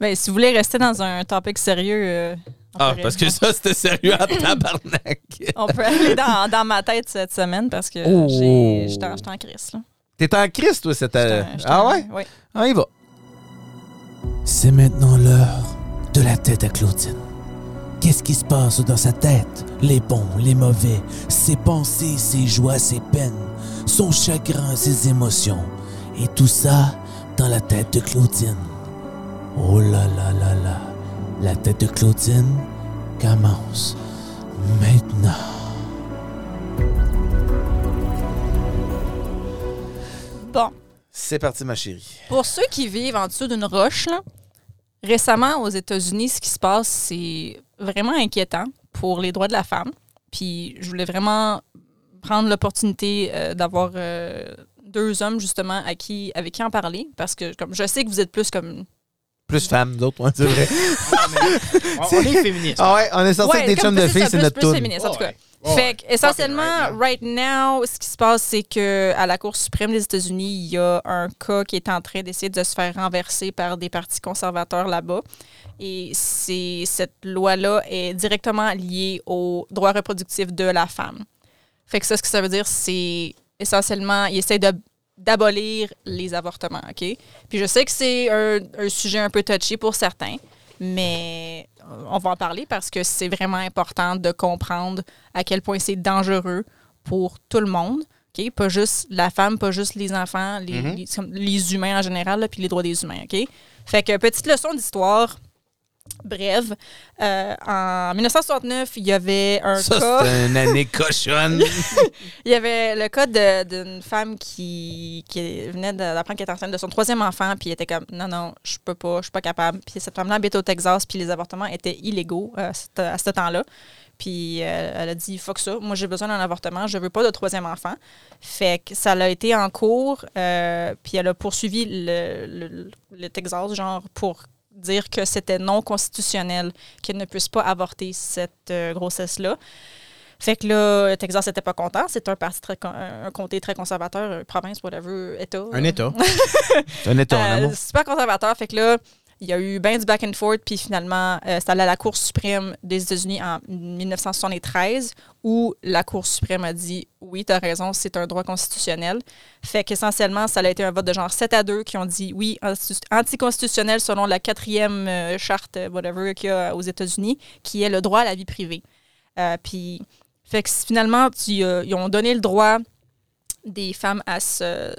S1: Ben, si vous voulez rester dans un topic sérieux, euh, on,
S2: Ah,
S1: peut,
S2: parce que ça, c'était sérieux en tabarnak.
S1: on peut aller dans, dans ma tête cette semaine parce que
S2: Oh.
S1: j'ai- j'étais en- j'étais en crise. là.
S2: T'es en crise, toi, cette.
S1: J'étais-
S2: euh,
S1: j'étais-
S2: Ah ouais?
S1: Oui.
S2: On y va. C'est maintenant l'heure de la tête à Claudine.
S4: Qu'est-ce qui se passe dans sa tête Les bons, les mauvais, ses pensées, ses joies, ses peines, son chagrin, ses émotions. Et tout ça dans la tête de Claudine. Oh là là là là. La tête de Claudine commence maintenant.
S1: Bon.
S2: C'est parti, ma chérie.
S1: Pour ceux qui vivent en dessous d'une roche, là, récemment aux États-Unis, ce qui se passe, c'est vraiment inquiétant pour les droits de la femme. Puis je voulais vraiment prendre l'opportunité euh, d'avoir euh, deux hommes justement à qui, avec qui en parler parce que comme je sais que vous êtes plus comme
S2: Plus femme, d'autres, ouais, c'est vrai.
S3: On, on est féministe.
S2: ah ouais, on est sorti
S1: Ouais,
S2: avec des
S1: comme
S2: chums de
S1: vous dites,
S2: filles, c'est
S1: plus-
S2: notre
S1: plus
S2: tour.
S1: féministe, en tout cas.
S3: Ouais. Ouais.
S1: Fait que, essentiellement,
S3: Fuck it,
S1: right now, ce qui se passe, c'est que à la Cour suprême des États-Unis, il y a un cas qui est en train d'essayer de se faire renverser par des partis conservateurs là-bas. Et c'est cette loi-là est directement liée aux droits reproductifs de la femme. Fait que ça, ce que ça veut dire, c'est essentiellement, ils essaient de d'abolir les avortements, OK? Puis je sais que c'est un, un sujet un peu touché pour certains, mais euh, on va en parler parce que c'est vraiment important de comprendre à quel point c'est dangereux pour tout le monde, OK? Pas juste la femme, pas juste les enfants, les,
S3: Mhm.
S1: les- comme les humains en général, là, puis les droits des humains, OK? Fait que petite leçon d'histoire. Brève, Euh, en 1969, il y avait un
S2: Ça,
S1: cas...
S2: c'est une année cochonne.
S1: Il y avait le cas de- d'une femme qui, qui venait de- d'apprendre qu'elle était enceinte de son troisième enfant, puis elle était comme non, non, je peux pas, je suis pas capable. Puis cette femme-là habite au Texas, puis les avortements étaient illégaux euh, à cette- à ce temps-là. Puis euh, elle a dit fuck ça, moi j'ai besoin d'un avortement, je veux pas de troisième enfant. Fait que ça l'a été en cours, euh, puis elle a poursuivi le, le- le Texas, genre pour dire que c'était non constitutionnel qu'elle ne puisse pas avorter cette euh, grossesse-là. Fait que là, le Texas n'était pas content. C'est un parti très con- un un comté très conservateur, euh, province, whatever, État.
S3: Un État.
S2: Honnêtement,
S1: Euh,
S2: amour.
S1: super conservateur. Fait que là, il y a eu ben du back and forth, puis finalement, euh, c'est allé à la Cour suprême des États-Unis en 1973, où la Cour suprême a dit oui, t'as raison, c'est un droit constitutionnel. Fait qu'essentiellement, ça a été un vote de genre 7 à 2 qui ont dit oui, anti- anticonstitutionnel selon la quatrième euh, charte, euh, whatever, qu'il y a aux États-Unis, qui est le droit à la vie privée. Euh, puis, fait que finalement, tu, euh, ils ont donné le droit des femmes à, se,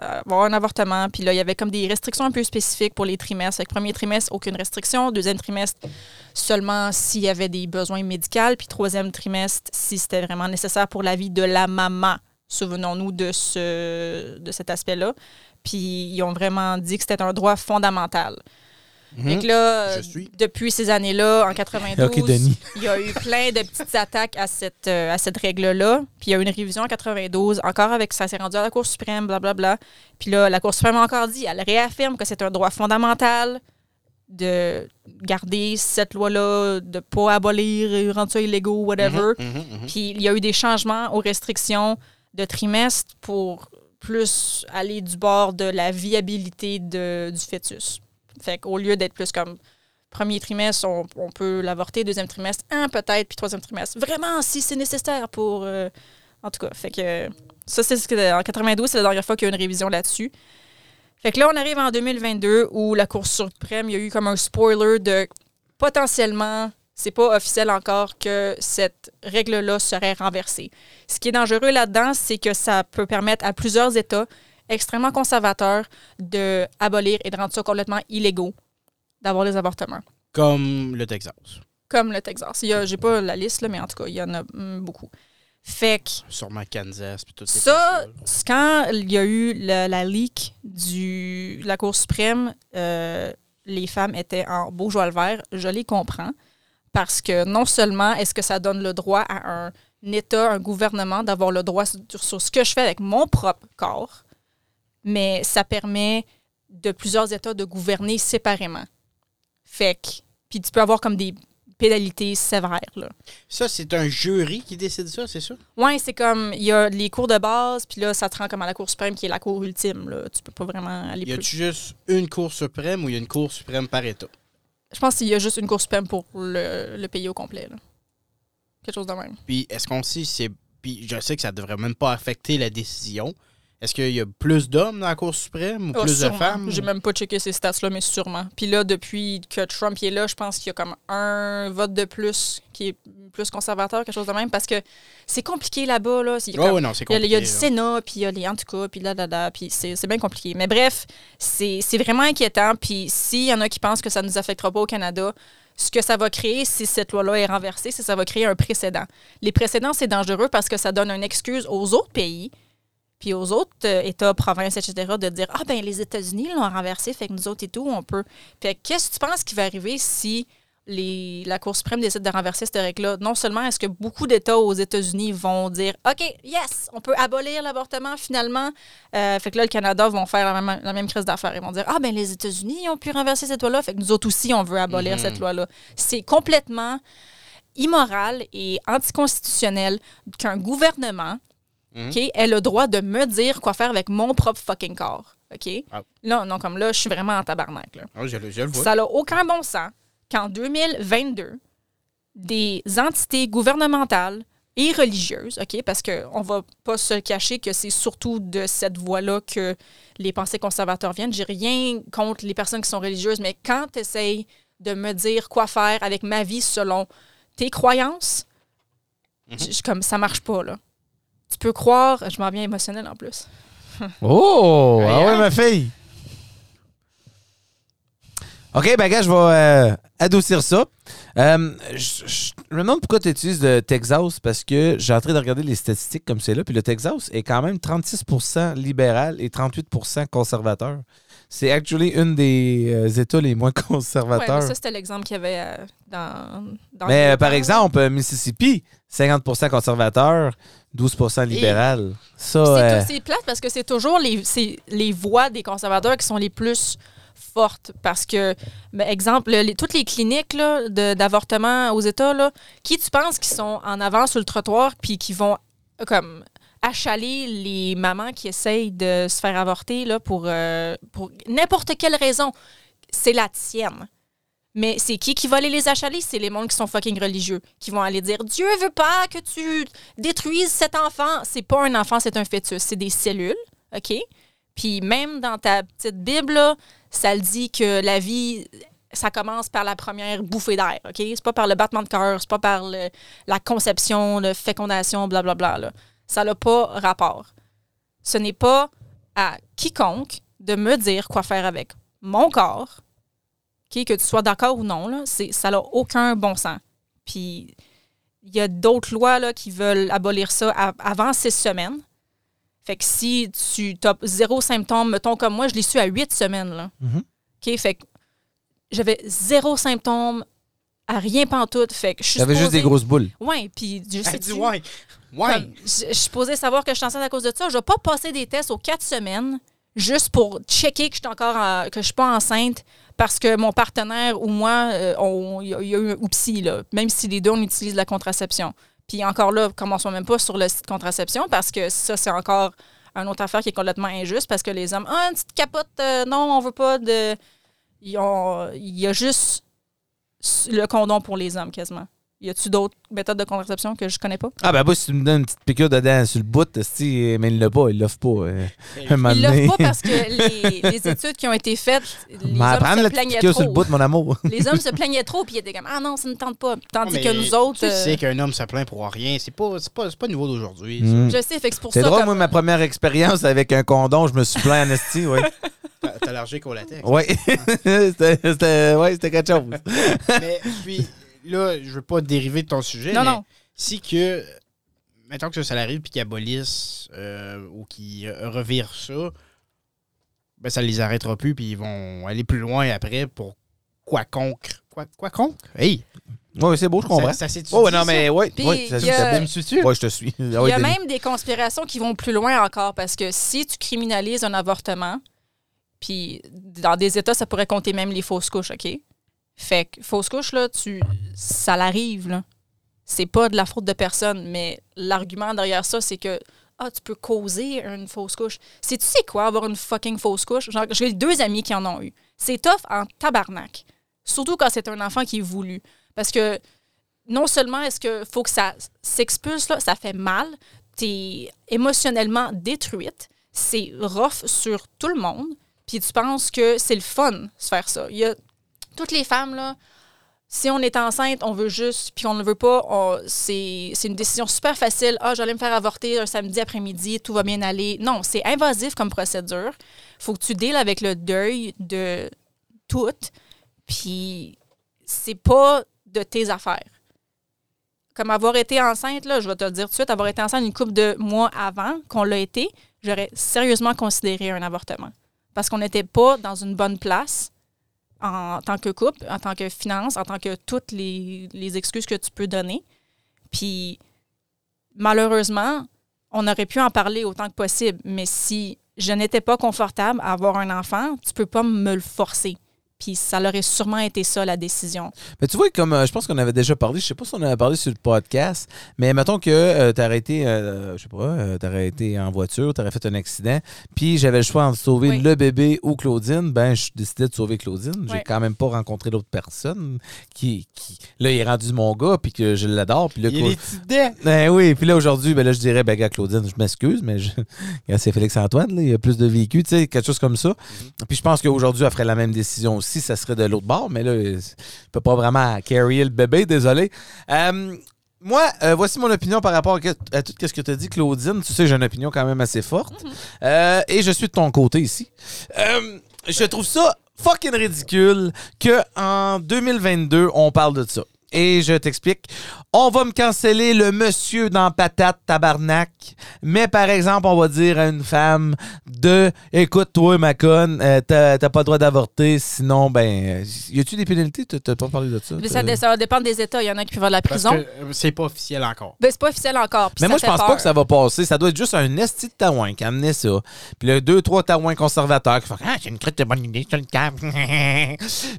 S1: à avoir un avortement. Puis là, il y avait comme des restrictions un peu spécifiques pour les trimestres. Fait que premier trimestre, aucune restriction. Deuxième trimestre, seulement s'il y avait des besoins médicaux. Puis troisième trimestre, si c'était vraiment nécessaire pour la vie de la maman. Souvenons-nous de, ce, de cet aspect-là. Puis ils ont vraiment dit que c'était un droit fondamental.
S3: Mhm.
S1: Fait que là,
S3: Je
S1: euh,
S3: suis.
S1: depuis ces années-là, en 92,
S2: Ok, Denis.
S1: il y a eu plein de petites attaques à cette, euh, à cette règle-là. Puis il y a eu une révision en 92, encore avec ça s'est rendu à la Cour suprême, blablabla. Puis là, la Cour suprême a encore dit, elle réaffirme que c'est un droit fondamental de garder cette loi-là, de pas abolir, rendre ça illégaux,
S2: Mm-hmm.
S1: whatever.
S3: Mhm, mhm, mhm.
S1: Puis il y a eu des changements aux restrictions de trimestre pour plus aller du bord de la viabilité de- du fœtus. Fait qu'au lieu d'être plus comme premier trimestre, on, on peut l'avorter, deuxième trimestre, un peut-être, puis troisième trimestre. Vraiment, si c'est nécessaire pour... euh, en tout cas, fait que ça, c'est ce que... En 92, c'est la dernière fois qu'il y a eu une révision là-dessus. Fait que là, on arrive en 2022 où la Cour suprême, il y a eu comme un spoiler de potentiellement, c'est pas officiel encore que cette règle-là serait renversée. Ce qui est dangereux là-dedans, c'est que ça peut permettre à plusieurs États extrêmement conservateurs de abolir et de rendre ça complètement illégaux d'avoir des avortements,
S3: Comme le Texas.
S1: comme le Texas. Il y a- J'ai pas la liste, là, mais en tout cas, il y en a mm, beaucoup. Fait que
S3: Sûrement Kansas. Puis tout ces
S1: ça,
S3: places-là.
S1: c'est quand il y a eu la, la leak du, de la Cour suprême, euh, les femmes étaient en beau joie le vert, je les comprends. Parce que non seulement est-ce que ça donne le droit à un État, un gouvernement d'avoir le droit sur, sur ce que je fais avec mon propre corps, mais ça permet de plusieurs États de gouverner séparément. Fait que, puis tu peux avoir comme des pénalités sévères, là.
S3: Ça, c'est un jury qui décide ça, c'est ça?
S1: Ouais, c'est comme il y a les cours de base, puis là ça te rend comme à la cour suprême qui est la cour ultime là, tu peux pas vraiment aller
S3: Y
S1: plus.
S3: a-tu juste une Cour suprême ou y a une Cour suprême par État?
S1: Je pense qu'il y a juste une cour suprême pour le, le pays au complet là. Quelque chose de même.
S3: Puis est-ce qu'on sait si c'est. Puis je sais que ça devrait même pas affecter la décision. Est-ce qu'il y a plus d'hommes dans la Cour suprême ou
S1: Ah,
S3: plus de
S1: sûrement.
S3: femmes?
S1: J'ai même pas checké ces stats là mais sûrement. Puis là depuis que Trump y est là, je pense qu'il y a comme un vote de plus qui est plus conservateur, quelque chose de même parce que c'est compliqué là-bas là, Il y a
S3: Ouais,
S1: comme-
S3: ouais, non, c'est
S1: Il y a-
S3: compliqué.
S1: Il y a du
S3: là.
S1: Sénat, puis il y a les en tout cas, puis là, là, là, puis c'est c'est bien compliqué. Mais bref, c'est c'est vraiment inquiétant. Puis s'il y en a qui pensent que ça ne nous affectera pas au Canada, ce que ça va créer, si cette loi-là est renversée, c'est que ça va créer un précédent. Les précédents, c'est dangereux parce que ça donne une excuse aux autres pays, puis aux autres euh, États, provinces, etc., de dire Ah, ben les États-Unis l'ont renversé, fait que nous autres et tout, on peut. Fait que qu'est-ce que tu penses qui va arriver si. les- la Cour suprême décide de renverser cette règle-là. Non seulement est-ce que beaucoup d'États aux États-Unis vont dire OK, yes, on peut abolir l'avortement finalement. Euh, fait que là, le Canada vont faire la même, la même crise d'affaires. Ils vont dire Ah, ben les États-Unis ont pu renverser cette loi-là. Fait que nous autres aussi, on veut abolir
S3: Mhm.
S1: cette loi-là. C'est complètement immoral et anticonstitutionnel qu'un gouvernement
S3: Mhm.
S1: OK, ait le droit de me dire quoi faire avec mon propre fucking corps. OK?
S3: Ah.
S1: Là, non, comme là, je suis vraiment en tabarnak. Là.
S3: Ah, je, le- je le vois.
S1: Ça n'a aucun bon sens qu'en 2022, des entités gouvernementales et religieuses, OK, parce qu'on ne va pas se le cacher que c'est surtout de cette voie-là que les pensées conservateurs viennent. J'ai rien contre les personnes qui sont religieuses, mais quand tu essayes de me dire quoi faire avec ma vie selon tes croyances,
S3: Mhm.
S1: je- je- comme ça marche pas, là. Tu peux croire, je m'en viens émotionnel en plus.
S2: Oh! Ah
S3: Aïe,
S2: ouais,
S3: aïe.
S2: ma fille! OK, ben gars, je vais euh, adoucir ça. Euh, je je- je me demande pourquoi tu utilises le Texas, parce que j'ai en train de regarder les statistiques comme c'est là, puis le Texas est quand même 36 libéral et 38 conservateur. C'est actually une des euh, États les moins
S1: Ouais, mais
S2: conservateurs.
S1: ça, c'était l'exemple qu'il y avait euh, dans, dans
S2: Mais
S1: le-
S2: euh, par exemple, euh, Mississippi, 50 conservateur, 12 libéral. Ça,
S1: Puis C'est
S2: euh,
S1: tout- c'est plate parce que c'est toujours les, c'est les voix des conservateurs qui sont les plus fortes. Parce que, ben, exemple, les- toutes les cliniques là, de- d'avortement aux États, là, qui tu penses qui sont en avance sur le trottoir puis qui vont euh, comme achaler les mamans qui essayent de se faire avorter là, pour, euh, pour n'importe quelle raison? C'est la tienne. Mais c'est qui qui va aller les achaler? C'est les mondes qui sont fucking religieux, qui vont aller dire Dieu veut pas que tu détruisent cet enfant. C'est pas un enfant, c'est un fœtus. C'est des cellules, OK? Puis même dans ta petite Bible, là, ça le dit que la vie, ça commence par la première bouffée d'air, OK? C'est pas par le battement de cœur, c'est pas par le- la conception, la fécondation, blablabla. là. Ça n'a pas rapport. Ce n'est pas à quiconque de me dire quoi faire avec mon corps, OK? que tu sois d'accord ou non, là, c'est- ça n'a aucun bon sens. Puis il y a d'autres lois là, qui veulent abolir ça a- avant six semaines. Fait que si tu as zéro symptôme, mettons comme moi, je l'ai su à huit semaines. Là.
S2: Mhm.
S1: OK? Fait que j'avais zéro symptôme à rien pantoute. Fait que je suis
S2: j'avais juste des
S1: supposée-
S2: grosses boules.
S1: Ouais, puis je
S3: Elle
S1: sais
S3: dit ouais. Ouais.
S1: comme, je, je suis posée savoir que je suis enceinte à cause de ça. Je vais pas passer des tests aux quatre semaines juste pour checker que je suis encore en- que je suis pas enceinte parce que mon partenaire ou moi, euh, on- il y, a- il y a eu un oupsie, là, même si les deux, on utilise la contraception. Puis encore là, commençons même pas sur le site contraception parce que ça, c'est encore une autre affaire qui est complètement injuste parce que les hommes, ah, une petite capote, euh, non, on veut pas de. Ils ont- Il y a juste le condom pour les hommes quasiment. Y a-tu d'autres méthodes de contraception que je connais pas?
S2: Ah ben moi, si tu me donnes une petite piqûre dedans sur le bout, esti, mais il l'a pas, il l'offre pas. euh, un moment
S1: Ils l'offrent
S2: donné.
S1: Ben, pas parce que les, les études qui ont été faites, les
S2: Mais
S1: hommes
S2: prendre
S1: se
S2: la petite
S1: plaignaient
S2: piqûre sur le
S1: trop.
S2: bout, mon amour.
S1: Les hommes se plaignaient trop, puis ils étaient comme Ah non, ça ne tente pas. Tandis
S3: Mais
S1: que nous autres,
S3: Tu
S1: euh,
S3: sais qu'un homme se plaint pour rien. C'est pas, c'est pas, c'est pas nouveau d'aujourd'hui.
S2: Mm.
S1: je sais, fait que c'est pour ça.
S2: C'est drôle,
S1: comme-
S2: moi, ma première expérience avec un condom, je me suis plaint en esti, oui.
S3: T'as T'as allergique au latex.
S2: Oui, c'était c'était- ouais, c'était quelque chose.
S3: Mais puis là, je veux pas dériver de ton sujet.
S1: Non,
S3: mais
S1: non.
S3: Si que mettons que ça, ça arrive puis qu'ils abolissent euh, ou qu'ils euh, revirent ça, ben ça les arrêtera plus puis ils vont aller plus loin après pour quoi concre. Quoi, quoi concre? Hey!
S2: Oui, c'est beau, je comprends.
S3: Ça, ça s'étudie,
S2: Oh, ouais, non,
S3: ça?
S2: mais ouais,
S1: Puis,
S2: ouais, ça,
S1: il y a-
S2: c'est
S3: Tu
S2: bien.
S3: me suis-tu?
S2: Ouais, je te suis. Ah
S1: Il
S2: ouais,
S1: y a
S2: Denis.
S1: même des conspirations qui vont plus loin encore parce que si tu criminalises un avortement, puis dans des États, ça pourrait compter même les fausses couches, OK? Fait que fausse couche, là, tu, ça l'arrive, là. C'est pas de la faute de personne, mais l'argument derrière ça, c'est que ah, tu peux causer une fausse couche. C'est tu sais quoi avoir une fucking fausse couche? Genre, j'ai deux amis qui en ont eu. C'est tough en tabarnak. Surtout quand c'est un enfant qui est voulu. Parce que non seulement est-ce que faut que ça s'expulse, là, ça fait mal, t'es émotionnellement détruite, c'est rough sur tout le monde, puis tu penses que c'est le fun de se faire ça. Il y a toutes les femmes, là, si on est enceinte, on veut juste, puis on ne veut pas, on- c'est c'est une décision super facile. Ah, j'allais me faire avorter un samedi après-midi, tout va bien aller. Non, c'est invasif comme procédure. faut que tu deals avec le deuil de tout, puis c'est pas de tes affaires. Comme avoir été enceinte, là, je vais te le dire tout de suite, avoir été enceinte une couple de mois avant qu'on l'a été, j'aurais sérieusement considéré un avortement. Parce qu'on n'était pas dans une bonne place en tant que couple, en tant que finance, en tant que toutes les, les excuses que tu peux donner. Puis, malheureusement, on aurait pu en parler autant que possible, mais si je n'étais pas confortable à avoir un enfant, tu peux pas me le forcer. Puis ça aurait sûrement été ça, la décision.
S2: Mais tu vois, comme euh, je pense qu'on avait déjà parlé, je sais pas si on en a parlé sur le podcast, mais mettons que euh, t'as arrêté, euh, je sais pas, euh, t'aurais été en voiture, t'aurais fait un accident, puis j'avais le choix entre sauver
S1: Oui.
S2: le bébé ou Claudine, ben je décidais de sauver Claudine. J'ai
S1: Ouais.
S2: quand même pas rencontré l'autre personne qui, qui- là il est rendu mon gars puis que je l'adore puis là.
S3: Il y a
S2: Clau-
S3: des petites dents.
S2: Ben oui, puis là aujourd'hui, ben là je dirais, ben gars Claudine, je m'excuse, mais je... gars, c'est Félix Antoine, là, il a plus de vécu, tu sais, quelque chose comme ça. Puis je pense qu'aujourd'hui, elle ferait la même décision aussi, ça serait de l'autre bord, mais là, euh, je peux pas vraiment carry le bébé, désolé. Euh, moi, euh, voici mon opinion par rapport à, que- à tout ce que tu as dit, Claudine. Tu sais, j'ai une opinion quand même assez forte.
S1: Mhm.
S2: Euh, et je suis de ton côté ici. Euh, je trouve ça fucking ridicule que en 2022, on parle de ça. Et je t'explique. On va me canceller le monsieur dans patate tabarnak. Mais par exemple, on va dire à une femme de écoute, toi, ma conne, euh, t'as t'as pas le droit d'avorter, sinon, ben, euh, y a-tu des pénalités? T'as t'as pas parlé de ça?
S1: Mais
S2: t'as-
S1: ça, dé- ça dépend des États. Il y en a qui peuvent avoir de la
S3: Euh. Parce
S1: prison.
S3: que euh, c'est pas officiel encore.
S1: Ben, c'est pas officiel encore. puis
S2: Mais
S1: ça
S2: moi, je
S1: fait
S2: pense
S1: peur.
S2: pas que ça va passer. Ça doit être juste un esti de taouin qui a amené ça. Puis là, deux, trois taouins conservateurs qui font Ah, c'est une crête de bonne idée, c'est une cave.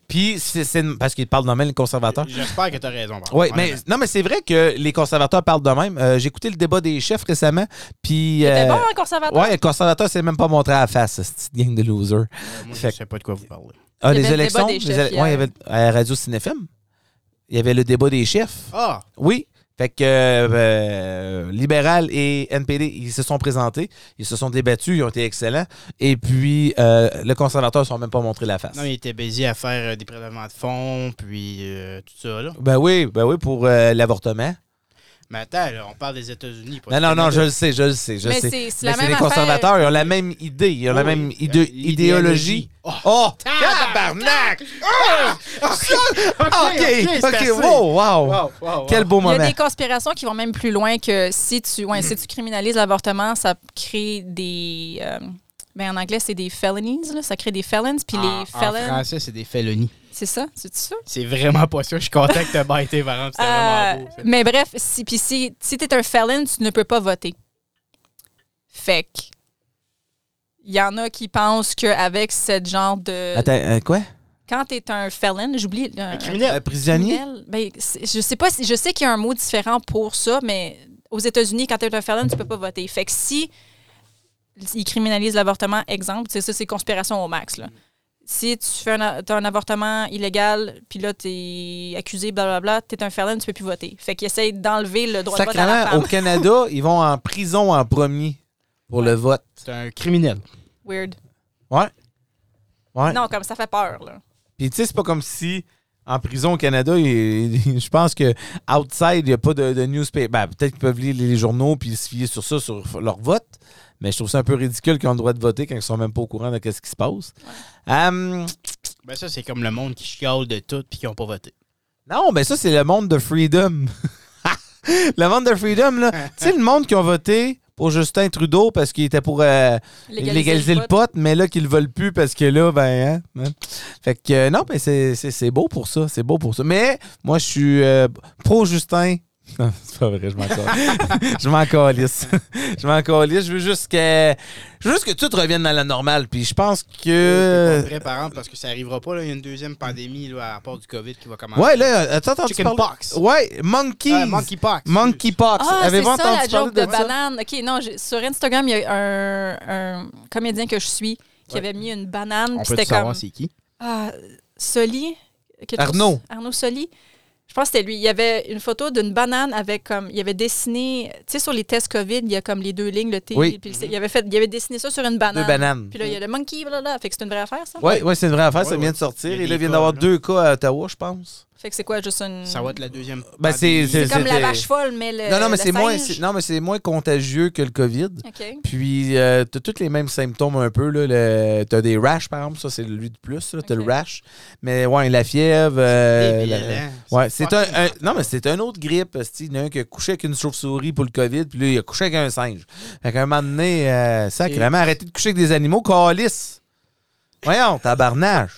S2: Puis, c'est c'est une- parce qu'ils parlent de même, les conservateurs.
S3: J'espère que t'as raison. par
S2: Oui,
S3: contre,
S2: mais
S3: honnêtement.
S2: non, mais c'est vrai que les conservateurs parlent de même. Euh, J'ai écouté le débat des chefs récemment. Puis.
S1: C'était
S2: euh,
S1: bon, hein, un conservateur.
S2: Ouais, le conservateur s'est même pas montré à la face, cette petite gang de losers.
S3: Moi, je
S2: Fait que-
S3: sais pas de quoi vous parlez.
S2: Ah,
S1: Il y
S2: les
S1: avait le débat
S2: élections,
S1: des
S2: les
S1: chefs
S2: éle-
S1: hier.
S2: ouais, il y avait à Radio Cinéfilm. Il y avait le débat des chefs.
S3: Ah!
S2: Oui. Fait que euh, euh, Libéral et NPD, ils se sont présentés, ils se sont débattus, ils ont été excellents. Et puis, euh, le conservateur ne sont même pas montré la face.
S3: Non, mais il était baisé à faire euh, des prélèvements de fonds, puis euh, tout ça, là.
S2: Ben oui, ben oui, pour euh, l'avortement.
S3: Mais attends, là, on parle des États-Unis. pas
S2: Non,
S3: du
S2: non, non,
S3: Canada.
S2: je le sais, je le sais, je le
S1: Mais
S2: sais.
S1: c'est- c'est
S2: Mais
S1: la
S2: c'est
S1: même
S2: les
S1: affaire.
S2: conservateurs, ils ont la même idée, ils ont la
S3: Oui,
S2: même
S3: euh,
S2: idée- idéologie.
S3: l'idéologie.
S2: Oh,
S3: Oh,
S2: tabarnak!
S3: OK,
S2: OK,
S3: c'est assez.
S2: OK, wow, wow.
S3: Wow, wow, wow.
S2: Quel beau
S1: Il y
S2: moment.
S1: a des conspirations qui vont même plus loin que si tu, ouais, si tu criminalises l'avortement, ça crée des. euh, ben, en anglais, c'est des felonies. là. Ça crée des felons. Puis
S3: Ah, En-
S1: les
S3: En
S1: felons.
S3: français, c'est des felonies.
S1: C'est ça? C'est ça?
S3: C'est vraiment pas ça. Je suis content que t'as bâté, par exemple. C'était
S1: Euh,
S3: vraiment beau. ça.
S1: mais bref, si, puis si, si tu es un felon, tu ne peux pas voter. Fait que. Il y en a qui pensent qu'avec ce genre de.
S2: Attends, euh, quoi?
S1: Quand tu es un felon, j'oublie.
S3: Un
S1: un-
S2: Euh,
S3: criminel.
S2: prisonnier?
S1: criminel. Ben, c'est- je sais pas si- je sais qu'il y a un mot différent pour ça, mais aux États-Unis, quand tu es un felon, tu peux pas voter. Fait que si ils criminalisent l'avortement, exemple, c'est ça, c'est conspiration au max. Là. Si tu fais un, a- t'as un avortement illégal, puis là, tu es accusé, blablabla, tu es un felon, tu peux plus voter. Fait qu'ils essayent d'enlever le droit de vote à la
S2: Sacrément, au
S1: femme.
S2: Canada, ils vont en prison en premier pour le vote.
S3: C'est un criminel.
S1: Weird.
S2: Ouais. Ouais.
S1: Non, comme ça fait peur. Là.
S2: Puis tu sais, c'est pas comme si en prison au Canada, il- je pense que outside, il n'y a pas de, de newspaper. Ben, peut-être qu'ils peuvent lire les journaux puis se fier sur ça, sur f- leur vote. Mais je trouve ça un peu ridicule qu'ils ont le droit de voter quand ils sont même pas au courant de ce qui se passe. Hum,
S3: Ben ça, c'est comme le monde qui chiale de tout puis qui ont pas voté.
S2: non, ben ça, c'est le monde de freedom. Le monde de Freedom, là. tu sais, le monde qui ont voté pour Justin Trudeau parce qu'il était pour euh, légaliser, le, pot, mais là, qu'ils le veulent plus parce que là, ben, hein, hein. Fait que, euh, non, mais c'est- c'est c'est beau pour ça. C'est beau pour ça. Mais moi, je suis euh, pro-Justin. Non, c'est pas vrai, je m'en calisse. je m'en calisse. je m'en calisse. Je veux juste que. Je veux juste que tout revienne dans la normale. Puis je pense
S3: Euh...
S2: que.
S3: Vrai parent, parce que ça arrivera pas. Là. Il y a une deuxième pandémie là, à la part du COVID qui va commencer.
S2: Ouais, là, as-tu entendu parler-
S3: Chickenpox.
S2: Ouais, monkeys.
S3: Ah, monkeypox.
S2: Monkeypox.
S1: Ah, c'est
S2: Avez-vous
S1: ça
S2: entendu
S1: la
S2: parler
S1: joke
S2: de,
S1: de,
S2: ça?
S1: banane. OK, non, j'ai- sur Instagram, il y a un, un comédien que je suis qui avait mis une banane.
S3: On
S1: puis
S3: peut
S1: c'était
S3: savoir
S1: comme...
S3: c'est qui.
S1: Ah, Soli. quelque
S2: Arnaud.
S1: chose- Arnaud Soli. Je pense que c'était lui. Il y avait une photo d'une banane avec comme. Il avait dessiné. Tu sais, sur les tests COVID, il y a comme les deux lignes, le T.
S2: Oui.
S1: Puis le C. il, avait fait, il avait dessiné ça sur une banane.
S2: Deux bananes.
S1: Puis là, il y a le monkey, blablabla. Fait que c'est une vraie affaire, ça.
S2: Oui, ouais, c'est une vraie affaire. ça
S3: Ouais,
S2: vient
S3: ouais.
S2: de sortir.
S3: Il y a
S2: Et là,
S3: des hein.
S2: il vient
S3: cas,
S2: d'avoir
S3: là.
S2: deux cas à Ottawa, je pense.
S1: Fait que c'est quoi, juste une.
S3: Ça va être la deuxième.
S2: Ben, c'est- c'est-
S3: pandémie.
S1: C'est comme la
S2: c'était-
S1: vache folle, mais le.
S2: non, non, mais
S1: le
S2: c'est moins,
S1: Euh, singe.
S2: c'est- non, mais c'est moins contagieux que le COVID.
S1: OK.
S2: Puis, euh, t'as tous les mêmes symptômes un peu. Là, le- t'as des rashs, par exemple. Ça, c'est lui de plus. là, T'as
S1: Ok.
S2: le rash. Mais ouais, la fièvre. euh,
S3: débile,
S2: la-
S3: hein?
S2: Ouais, c'est un,
S3: fucking
S2: un-
S3: fucked
S2: non mais
S3: up.
S2: c'est un autre grippe, esti. il y en a un qui a couché avec une chauve-souris pour le Covid, puis là il a couché avec un singe. Fait qu'à un moment donné, euh, sacrément, arrêtez de coucher avec des animaux, calice. Voyons, tabarnage.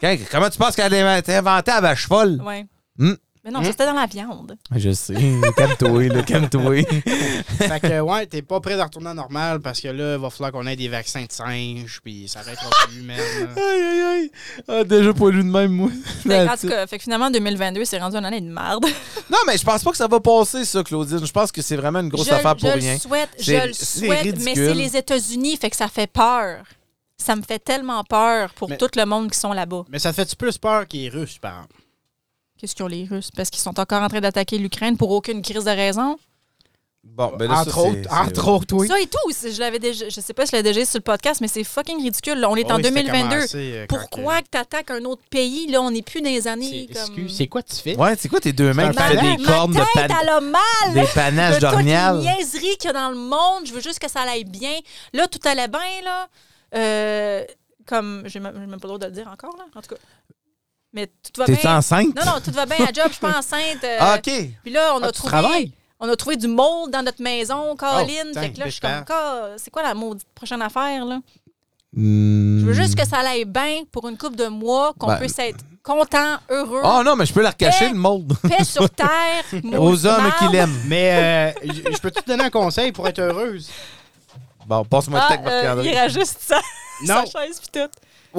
S2: Quand- comment tu penses qu'elle a été inventée à vache folle?
S1: Ouais.
S2: Hmm.
S1: Mais non, ça, c'était dans la viande.
S2: Je sais, calme-toi, là, calme-toi.
S3: Fait que, ouais, t'es pas prêt de retourner à normal parce que là, il va falloir qu'on ait des vaccins de singes, puis ça va être plus humain.
S2: aïe, aïe, aïe. Ah, déjà pas lu de même, moi. Ben,
S1: Fait que, Ben, en tout cas, fait que finalement, 2022, c'est rendu une année de marde.
S2: Non, mais je pense pas que ça va passer, ça, Claudine. Je pense que c'est vraiment une grosse
S1: je,
S2: affaire pour
S1: je
S2: rien.
S1: le souhaite,
S2: C'est-
S1: je le
S2: c'est
S1: souhaite,
S2: ridicule.
S1: mais c'est les États-Unis, fait que ça fait peur. Ça me fait tellement peur pour
S3: Mais-
S1: tout le monde qui sont là-bas.
S3: Mais ça fait-tu plus peur qu'il est russe, par exemple?
S1: Qu'est-ce qu'ils ont les Russes? Parce qu'ils sont encore en train d'attaquer l'Ukraine pour aucune crise de raison.
S2: Bon, ben là, ça,
S3: entre
S2: c'est-
S3: autres,
S2: c'est-
S3: entre autres, oui.
S1: Ça et tout, c'est- je l'avais déjà, je sais pas si je l'ai déjà dit sur le podcast, mais c'est fucking ridicule. là. on est en
S3: Ah Oh Oui, c'était
S1: 2022.
S3: commencé, euh, quand
S1: Pourquoi que t'attaques un autre pays? Là, on n'est plus dans les
S3: que-
S1: années
S3: C'est-
S1: comme...
S3: Excuse, c'est quoi tu fais?
S2: Ouais, c'est quoi tes deux mains qui
S1: Ma,
S2: font des
S1: ma
S2: cornes de
S1: tête,
S2: pan-
S1: elle a mal!
S2: Des panaches
S1: de toutes les
S2: d'ornial.
S1: niaiseries qu'il y a dans le monde. Je veux juste que ça aille bien. Là, tout allait bien, là. Euh, comme, j'ai même j'ai même pas le droit de le dire encore, là, en tout cas. Mais tout va
S2: T'es
S1: bien.
S2: enceinte?
S1: Non, euh, non, tout va bien à job. Je suis pas enceinte. euh,
S2: Ah, OK.
S1: Puis là, on
S2: Ah,
S1: a
S2: tu
S1: trouvé...
S2: travailles? Oh,
S1: On a trouvé du mold dans notre maison, Colin.
S3: tiens,
S1: fait que là, je suis
S3: j'espère.
S1: comme, Ca- c'est quoi la maudite prochaine affaire, là?
S3: Hmm.
S1: Je veux juste que ça aille bien pour une couple de mois, qu'on
S2: Hmm. Ben-
S1: puisse être content, heureux,
S2: Oh non, mais je peux la recacher,
S1: Eh!
S2: le mold.
S1: paix sur terre.
S2: Aux hommes qui l'aiment.
S3: Mais euh, je je peux te donner un conseil pour être heureuse?
S2: Bon, passe-moi le
S1: Ah,
S2: tac,
S1: euh, il
S2: Marc-André.
S1: rajoute ça,
S3: Non.
S1: sa chaise puis tout.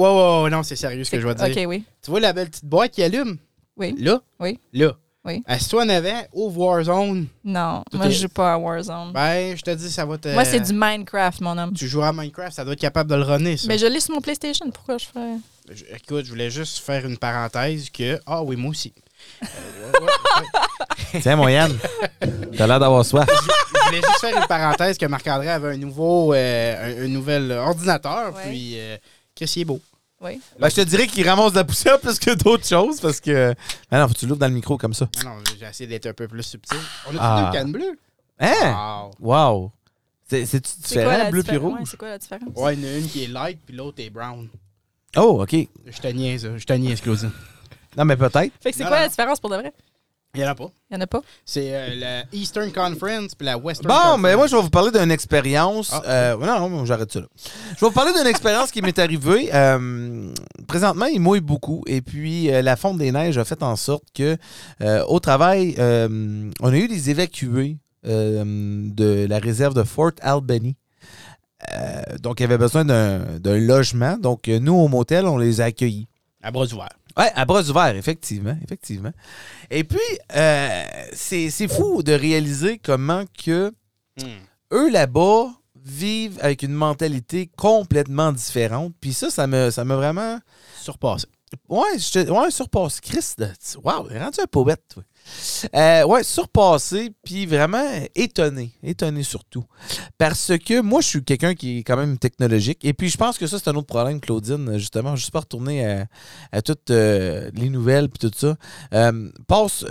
S3: Ouais, ouais, ouais, non, c'est sérieux ce que je vais te dire.
S1: OK, oui.
S3: Tu vois la belle petite boîte qui allume?
S1: Oui.
S3: Là?
S1: Oui.
S3: Là?
S1: Oui.
S3: Assis-toi en avant, ouvre Warzone.
S1: Non,
S3: Tout
S1: moi,
S3: est-
S1: je joue pas à Warzone.
S3: Ben, je te dis, ça va te...
S1: moi, c'est du Minecraft, mon homme.
S3: Tu joueras à Minecraft, ça doit être capable de le runner, ça.
S1: Mais je l'ai sur mon PlayStation, pourquoi je ferais...
S3: Je- écoute, je voulais juste faire une parenthèse que... Ah oui, moi aussi. Euh, ouais, ouais, ouais.
S2: Tiens, mon Yann, t'as l'air d'avoir soif.
S3: je voulais juste faire une parenthèse que Marc-André avait un nouveau... euh, un, un nouvel ordinateur,
S1: Ouais.
S3: puis... Euh, Chris, il est beau.
S1: Oui.
S2: Ben, je te dirais qu'il ramasse de la poussière plus que d'autres choses parce que. Ah non, faut que tu l'ouvres dans le micro comme ça.
S3: Ah Non, non, j'ai essayé d'être un peu plus subtil. On a
S2: Ah.
S3: deux cannes bleues?
S2: Hein?
S3: Wow.
S2: Wow! C'est- C'est-tu différent, bleu puis
S1: différence? Ouais,
S2: rouge?
S1: c'est quoi la différence?
S3: Ouais, il y en a une qui est light, puis l'autre est brown.
S2: Oh, OK.
S3: Je te niaise, je te niaise, Claudine.
S2: Non, mais peut-être.
S1: Fait que c'est
S3: Non,
S1: quoi
S3: non.
S1: la différence pour de vrai?
S3: Il n'y en a pas.
S1: Il y en a pas?
S3: C'est euh, la Eastern Conference puis la Western
S2: Bon,
S3: Conference.
S2: mais moi, je vais vous parler d'une expérience.
S3: Ah.
S2: euh, non, non, j'arrête ça là. Je vais vous parler d'une expérience qui m'est arrivée. Euh, présentement, il mouille beaucoup. Et puis, euh, la fonte des neiges a fait en sorte que, euh, au travail, euh, on a eu des évacués euh, de la réserve de Fort Albany. Euh, donc, il y avait besoin d'un d'un logement. Donc, euh, nous, au motel, on les a accueillis.
S3: À bras ouverts.
S2: Ouais, à bras ouverts, effectivement, effectivement. Et puis, euh, c'est c'est fou de réaliser comment que eux là-bas vivent avec une mentalité complètement différente. Puis ça, ça me, ça m'a vraiment,
S3: Surpassé.
S2: ouais, je te- ouais, surpassé. Christ, wow, il est rendu un poète, toi. Euh, ouais, surpassé, puis vraiment étonné, étonné surtout. Parce que moi, je suis quelqu'un qui est quand même technologique. Et puis, je pense que ça, c'est un autre problème, Claudine, justement. Je ne suis pas retourné à, à toutes euh, les nouvelles puis tout ça. Euh, passe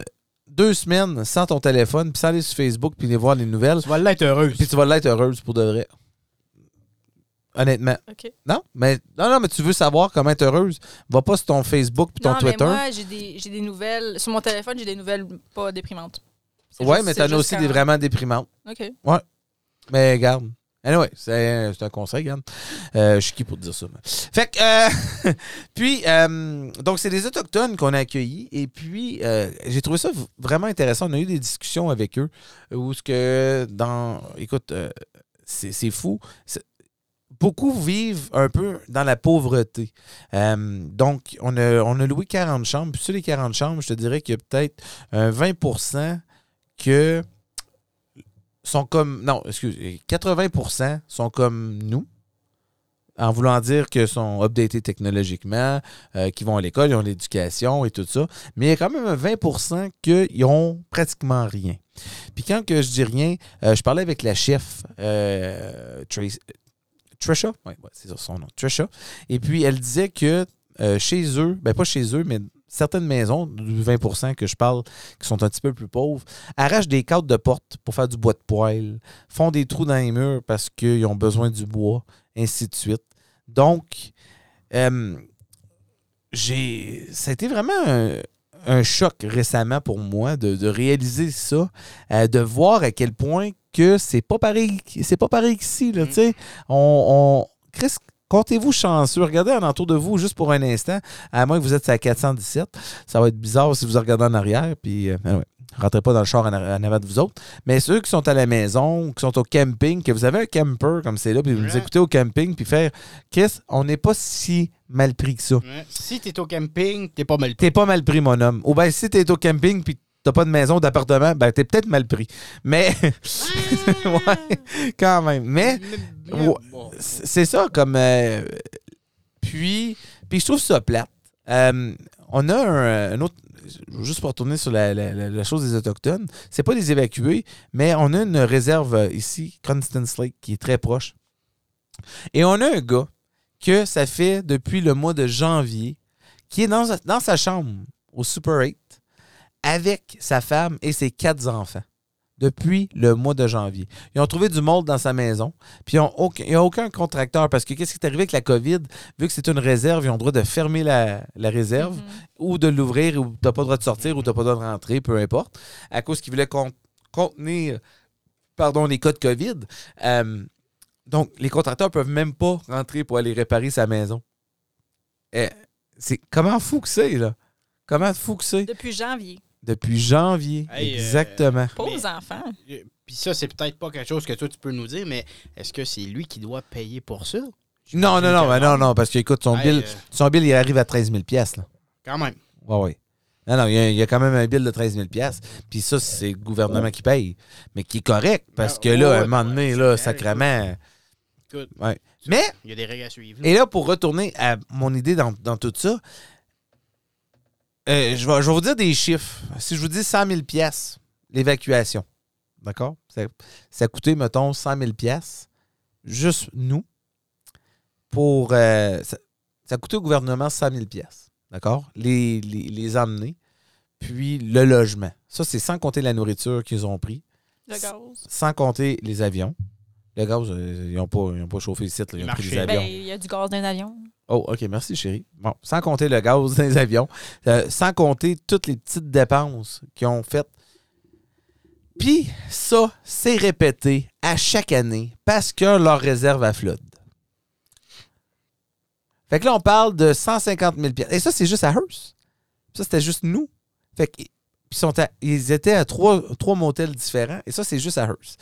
S2: deux semaines sans ton téléphone, puis sans aller sur Facebook, puis aller voir les nouvelles.
S3: Tu vas l'être heureuse.
S2: Puis tu vas l'être heureuse pour de vrai. Honnêtement.
S1: OK.
S2: Non? Mais, non, non, mais tu veux savoir comment être heureuse. Va pas sur ton Facebook puis ton
S1: non,
S2: Twitter.
S1: mais moi, j'ai des, j'ai des nouvelles... Sur mon téléphone, j'ai des nouvelles pas déprimantes. C'est
S2: Ouais,
S1: juste-
S2: mais
S1: c'est
S2: t'en as
S1: juste
S2: aussi
S1: quand-
S2: des vraiment déprimantes.
S1: OK.
S2: Mais garde. Anyway, c'est c'est un conseil, garde. Euh, je suis qui pour te dire ça? moi? Fait que, euh, puis, euh, donc, c'est des Autochtones qu'on a accueillis. Et puis, euh, j'ai trouvé ça v- vraiment intéressant. On a eu des discussions avec eux où ce que, dans. Écoute, euh, c'est c'est fou. C'est- Beaucoup vivent un peu dans la pauvreté. Euh, donc, on a, on a loué 40 chambres. Puis, sur les 40 chambres, je te dirais qu'il y a peut-être un 20 que sont comme. Non, excuse. 80 sont comme nous, en voulant dire que sont updatés technologiquement, euh, qui vont à l'école, ils ont l'éducation et tout ça. Mais il y a quand même un 20 qu'ils ont pratiquement rien. Puis quand que je dis rien, euh, je parlais avec la chef, euh, Trace- Trisha. Oui, c'est ça son nom. Trisha. Et puis elle disait que euh, chez eux, ben pas chez eux, mais certaines maisons, du 20 que je parle, qui sont un petit peu plus pauvres, arrachent des cadres de porte pour faire du bois de poêle, font des trous dans les murs parce qu'ils ont besoin du bois, ainsi de suite. Donc, euh, j'ai, ça a été vraiment un, un choc récemment pour moi de, de réaliser ça, euh, de voir à quel point que c'est pas pareil, c'est pas pareil qu'ici. Là,
S3: Mm.
S2: tu sais. on, on- Chris, comptez-vous chanceux. Regardez en entour de vous juste pour un instant, à moins que vous êtes à 417. Ça va être bizarre si vous regardez en arrière, puis euh, anyway, rentrez pas dans le char en, arri- en avant de vous autres. Mais ceux qui sont à la maison, qui sont au camping, que vous avez un camper comme c'est là, puis vous nous
S3: Ouais.
S2: écoutez au camping, puis faire Chris, on n'est pas si mal pris que ça.
S3: Ouais. Si t'es au camping, t'es pas mal
S2: T'es pas mal pris, mon homme. Ou bien si t'es au camping puis t'as pas de maison, d'appartement, ben t'es peut-être mal pris. Mais ouais, quand même. Mais Hein? Ouais. c'est c'est ça comme euh, puis puis je trouve ça plate. Euh, on a un, un autre juste pour tourner sur la, la- la- la chose des autochtones, c'est pas des évacués, mais on a une réserve euh, ici Constance Lake qui est très proche. Et on a un gars que ça fait depuis le mois de janvier qui est dans, dans sa chambre au Super 8 avec sa femme et ses quatre enfants depuis le mois de janvier. Ils ont trouvé du monde dans sa maison, puis ils n'ont aucun, ils ont aucun contracteur parce que qu'est-ce qui est arrivé avec la COVID? Vu que c'est une réserve, ils ont le droit de fermer la, la réserve
S1: Mhm.
S2: ou de l'ouvrir ou t'as pas le droit de sortir ou t'as pas le droit de rentrer, peu importe, à cause qu'ils voulaient con- contenir pardon, les cas de COVID. Euh, donc, les contracteurs peuvent même pas rentrer pour aller réparer sa maison. Eh, c'est comment fou que c'est, là? Comment fou que c'est?
S1: Depuis janvier.
S2: Depuis janvier.
S3: Hey, euh,
S2: exactement.
S1: Pauvres
S3: Mais-
S1: enfants.
S3: Puis ça, c'est peut-être pas quelque chose que toi, tu peux nous dire, mais est-ce que c'est lui qui doit payer pour ça?
S2: Non, non, non,
S3: j'imagine
S2: ben
S3: que
S2: non, non, parce que, écoute, son,
S3: Hey,
S2: bill,
S3: euh.
S2: son bill, il arrive à 13 000 piastres, là.
S3: Quand même.
S2: Oui, oui. Non, non, il y, a- il y a quand même un bill de 13 000 Puis ça, c'est le gouvernement qui paye. Mais qui est correct, parce
S3: Ben,
S2: que là,
S3: ouais,
S2: à un moment
S3: ouais,
S2: donné,
S3: c'est
S2: là,
S3: correct.
S2: sacrément.
S3: Écoute.
S2: Ouais. Mais,
S3: Il y a des règles à suivre. là.
S2: et là, pour retourner à mon idée dans, dans tout ça, euh, je, vais, je vais vous dire des chiffres. Si je vous dis 100 000 l'évacuation, d'accord? Ça, ça a coûté, mettons, 100 000 juste nous, pour... euh, ça, ça a coûté au gouvernement 100 000 d'accord? Les, les, les emmener, puis le logement. Ça, c'est sans compter la nourriture qu'ils ont pris,
S1: Le gaz.
S2: sans compter les avions. Le gaz, euh, ils n'ont pas, ils ont pas chauffé le site, là, ils
S3: Ils
S2: ont pris des
S3: marchaient.
S2: avions.
S1: Ben, il y a du gaz d'un avion.
S2: Oh, OK, merci, chérie. Bon, sans compter le gaz dans les avions, euh, sans compter toutes les petites dépenses qu'ils ont faites. Puis, ça, c'est répété à chaque année parce que leur réserve à flotte. Fait que là, on parle de 150 000 piastres. Et ça, c'est juste à Hearst. Ça, c'était juste nous. Fait que, puis sont à- ils étaient à trois, trois motels différents. Et ça, c'est juste à Hearst.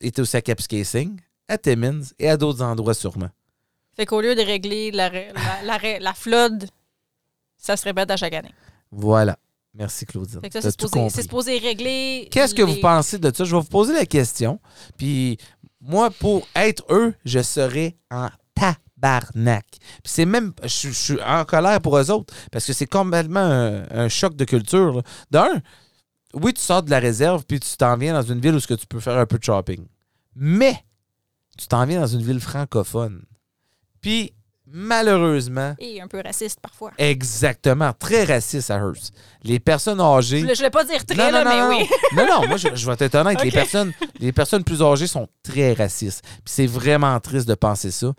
S2: Ils étaient aussi à Capscasing, à Timmins et à d'autres endroits sûrement.
S1: Fait qu'au lieu de régler la, ré- la, la ré- la flood, ça se répète à chaque année.
S2: Voilà. Merci, Claudine.
S1: Fait que ça,
S2: T'as
S1: c'est
S2: tout
S1: supposé,
S2: compris.
S1: c'est supposé régler.
S2: Qu'est-ce que
S1: les-
S2: vous pensez de ça? Je vais vous poser la question. Puis moi, pour être eux, je serais en tabarnak. Puis c'est même... Je, suis- je suis en colère pour eux autres parce que c'est complètement un, un choc de culture. là. D'un, oui, tu sors de la réserve puis tu t'en viens dans une ville où ce que tu peux faire un peu de shopping. Mais tu t'en viens dans une ville francophone. Puis malheureusement...
S1: Et un peu raciste parfois.
S2: Exactement, très raciste à Hearst. Les personnes âgées.
S1: Je voulais, je voulais pas dire très,
S2: Non,
S1: là,
S2: non, non,
S1: mais
S2: non,
S1: oui.
S2: non. non, non, moi, je, je vais être honnête. Les,
S1: Ok.
S2: personnes, les personnes plus âgées sont très racistes. Puis c'est vraiment triste de penser ça.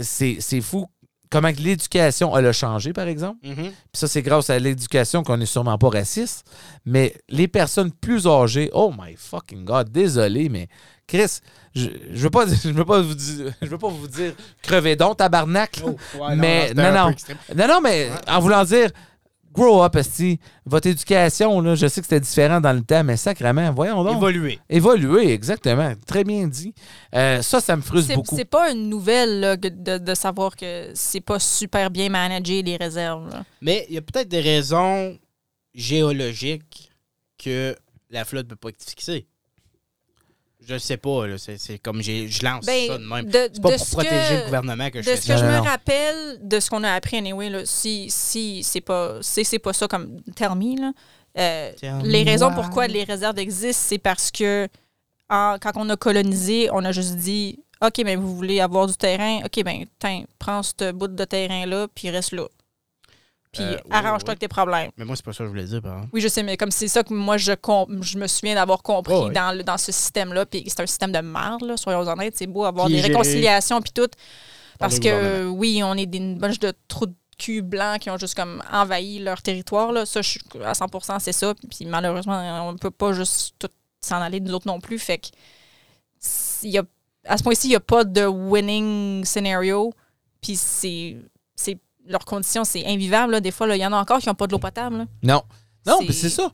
S2: C'est c'est fou comment que l'éducation elle a changé, par exemple.
S3: Mhm.
S2: Puis ça, c'est grâce à l'éducation qu'on n'est sûrement pas raciste. Mais les personnes plus âgées, oh my fucking God, désolé, mais Chris, je ne veux, pas- je veux, pas vous dire- je veux pas vous dire crevez donc, tabarnak.
S3: Oh, ouais, non,
S2: mais
S3: c'était
S2: non,
S3: un peu
S2: non.
S3: extrême.
S2: Non, non, mais en voulant dire, grow up, esti. Votre éducation, là, je sais que c'était différent dans le temps, mais sacrément, voyons donc.
S3: Évoluer.
S2: Évoluer, exactement. Très bien dit. Euh, ça, ça me frustre
S1: C'est
S2: beaucoup.
S1: c'est pas une nouvelle là, que de, de savoir que c'est pas super bien managé les réserves. là.
S3: Mais il y a peut-être des raisons géologiques que la flotte ne peut pas être fixée. Je le sais pas, là. C'est, c'est comme j'ai, je lance
S1: Ben,
S3: ça de même.
S1: de-
S3: C'est pas
S1: de
S3: pour
S1: ce
S3: protéger
S1: que-
S3: le gouvernement que je
S1: de
S3: fais
S1: ce
S3: ça.
S1: que
S2: Non,
S1: je
S2: non,
S1: me
S2: non.
S1: rappelle de ce qu'on a appris anyway là, si si c'est pas c'est c'est pas ça comme termi là, euh,
S3: Tell
S1: les
S3: me
S1: raisons
S3: why.
S1: pourquoi les réserves existent c'est parce que en- quand on a colonisé on a juste dit ok mais vous voulez avoir du terrain ok ben tiens prends ce bout de terrain là puis reste là puis
S3: Euh, oui,
S1: arrange-toi
S3: oui.
S1: avec tes problèmes
S3: Mais moi, c'est pas ça que je voulais dire, par exemple.
S1: oui, je sais, mais comme c'est ça que moi, je, com- je me souviens d'avoir compris
S3: Oh, ouais.
S1: dans, le- dans ce système-là. Puis c'est un système de merde, là, soyons honnêtes. C'est beau avoir
S3: Qui est
S1: des
S3: géré
S1: réconciliations, puis tout. Parce
S3: le
S1: que,
S3: gouvernement.
S1: oui, on est des, une bunch de trous de cul blancs qui ont juste comme envahi leur territoire. Là. Ça, je suis à 100 c'est ça. Puis malheureusement, on ne peut pas juste tout s'en aller, nous autres non plus. Fait que, s'il y a, à ce point-ci, il n'y a pas de winning scenario. Puis c'est. c'est- Leurs conditions, c'est invivable. là. Des fois, là, il y en a encore qui n'ont pas de l'eau potable. là.
S2: Non. Non,
S1: C'est-
S2: mais c'est ça.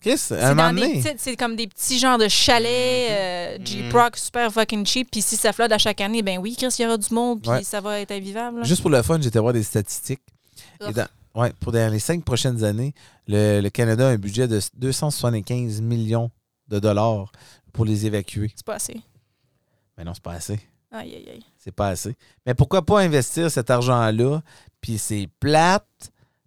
S2: Chris, à un
S1: C'est
S2: moment
S1: dans des
S2: donné. Mm-hmm.
S1: petites- c'est comme des petits genres de chalets, euh, Jeep Rock, super fucking cheap. Puis si ça flotte à chaque année, ben oui, Chris, il y aura du monde, puis
S2: Ouais.
S1: ça va être invivable. là.
S2: Juste pour le fun, j'étais voir des statistiques.
S1: Ugh.
S2: Et dans- ouais, pour dans les cinq prochaines années, le, le Canada a un budget de 275 millions de dollars pour les évacuer.
S1: C'est pas assez.
S2: Mais non, c'est pas assez.
S1: Aïe, aïe, aïe.
S2: C'est pas assez. Mais pourquoi pas investir cet argent-là? Puis c'est plate,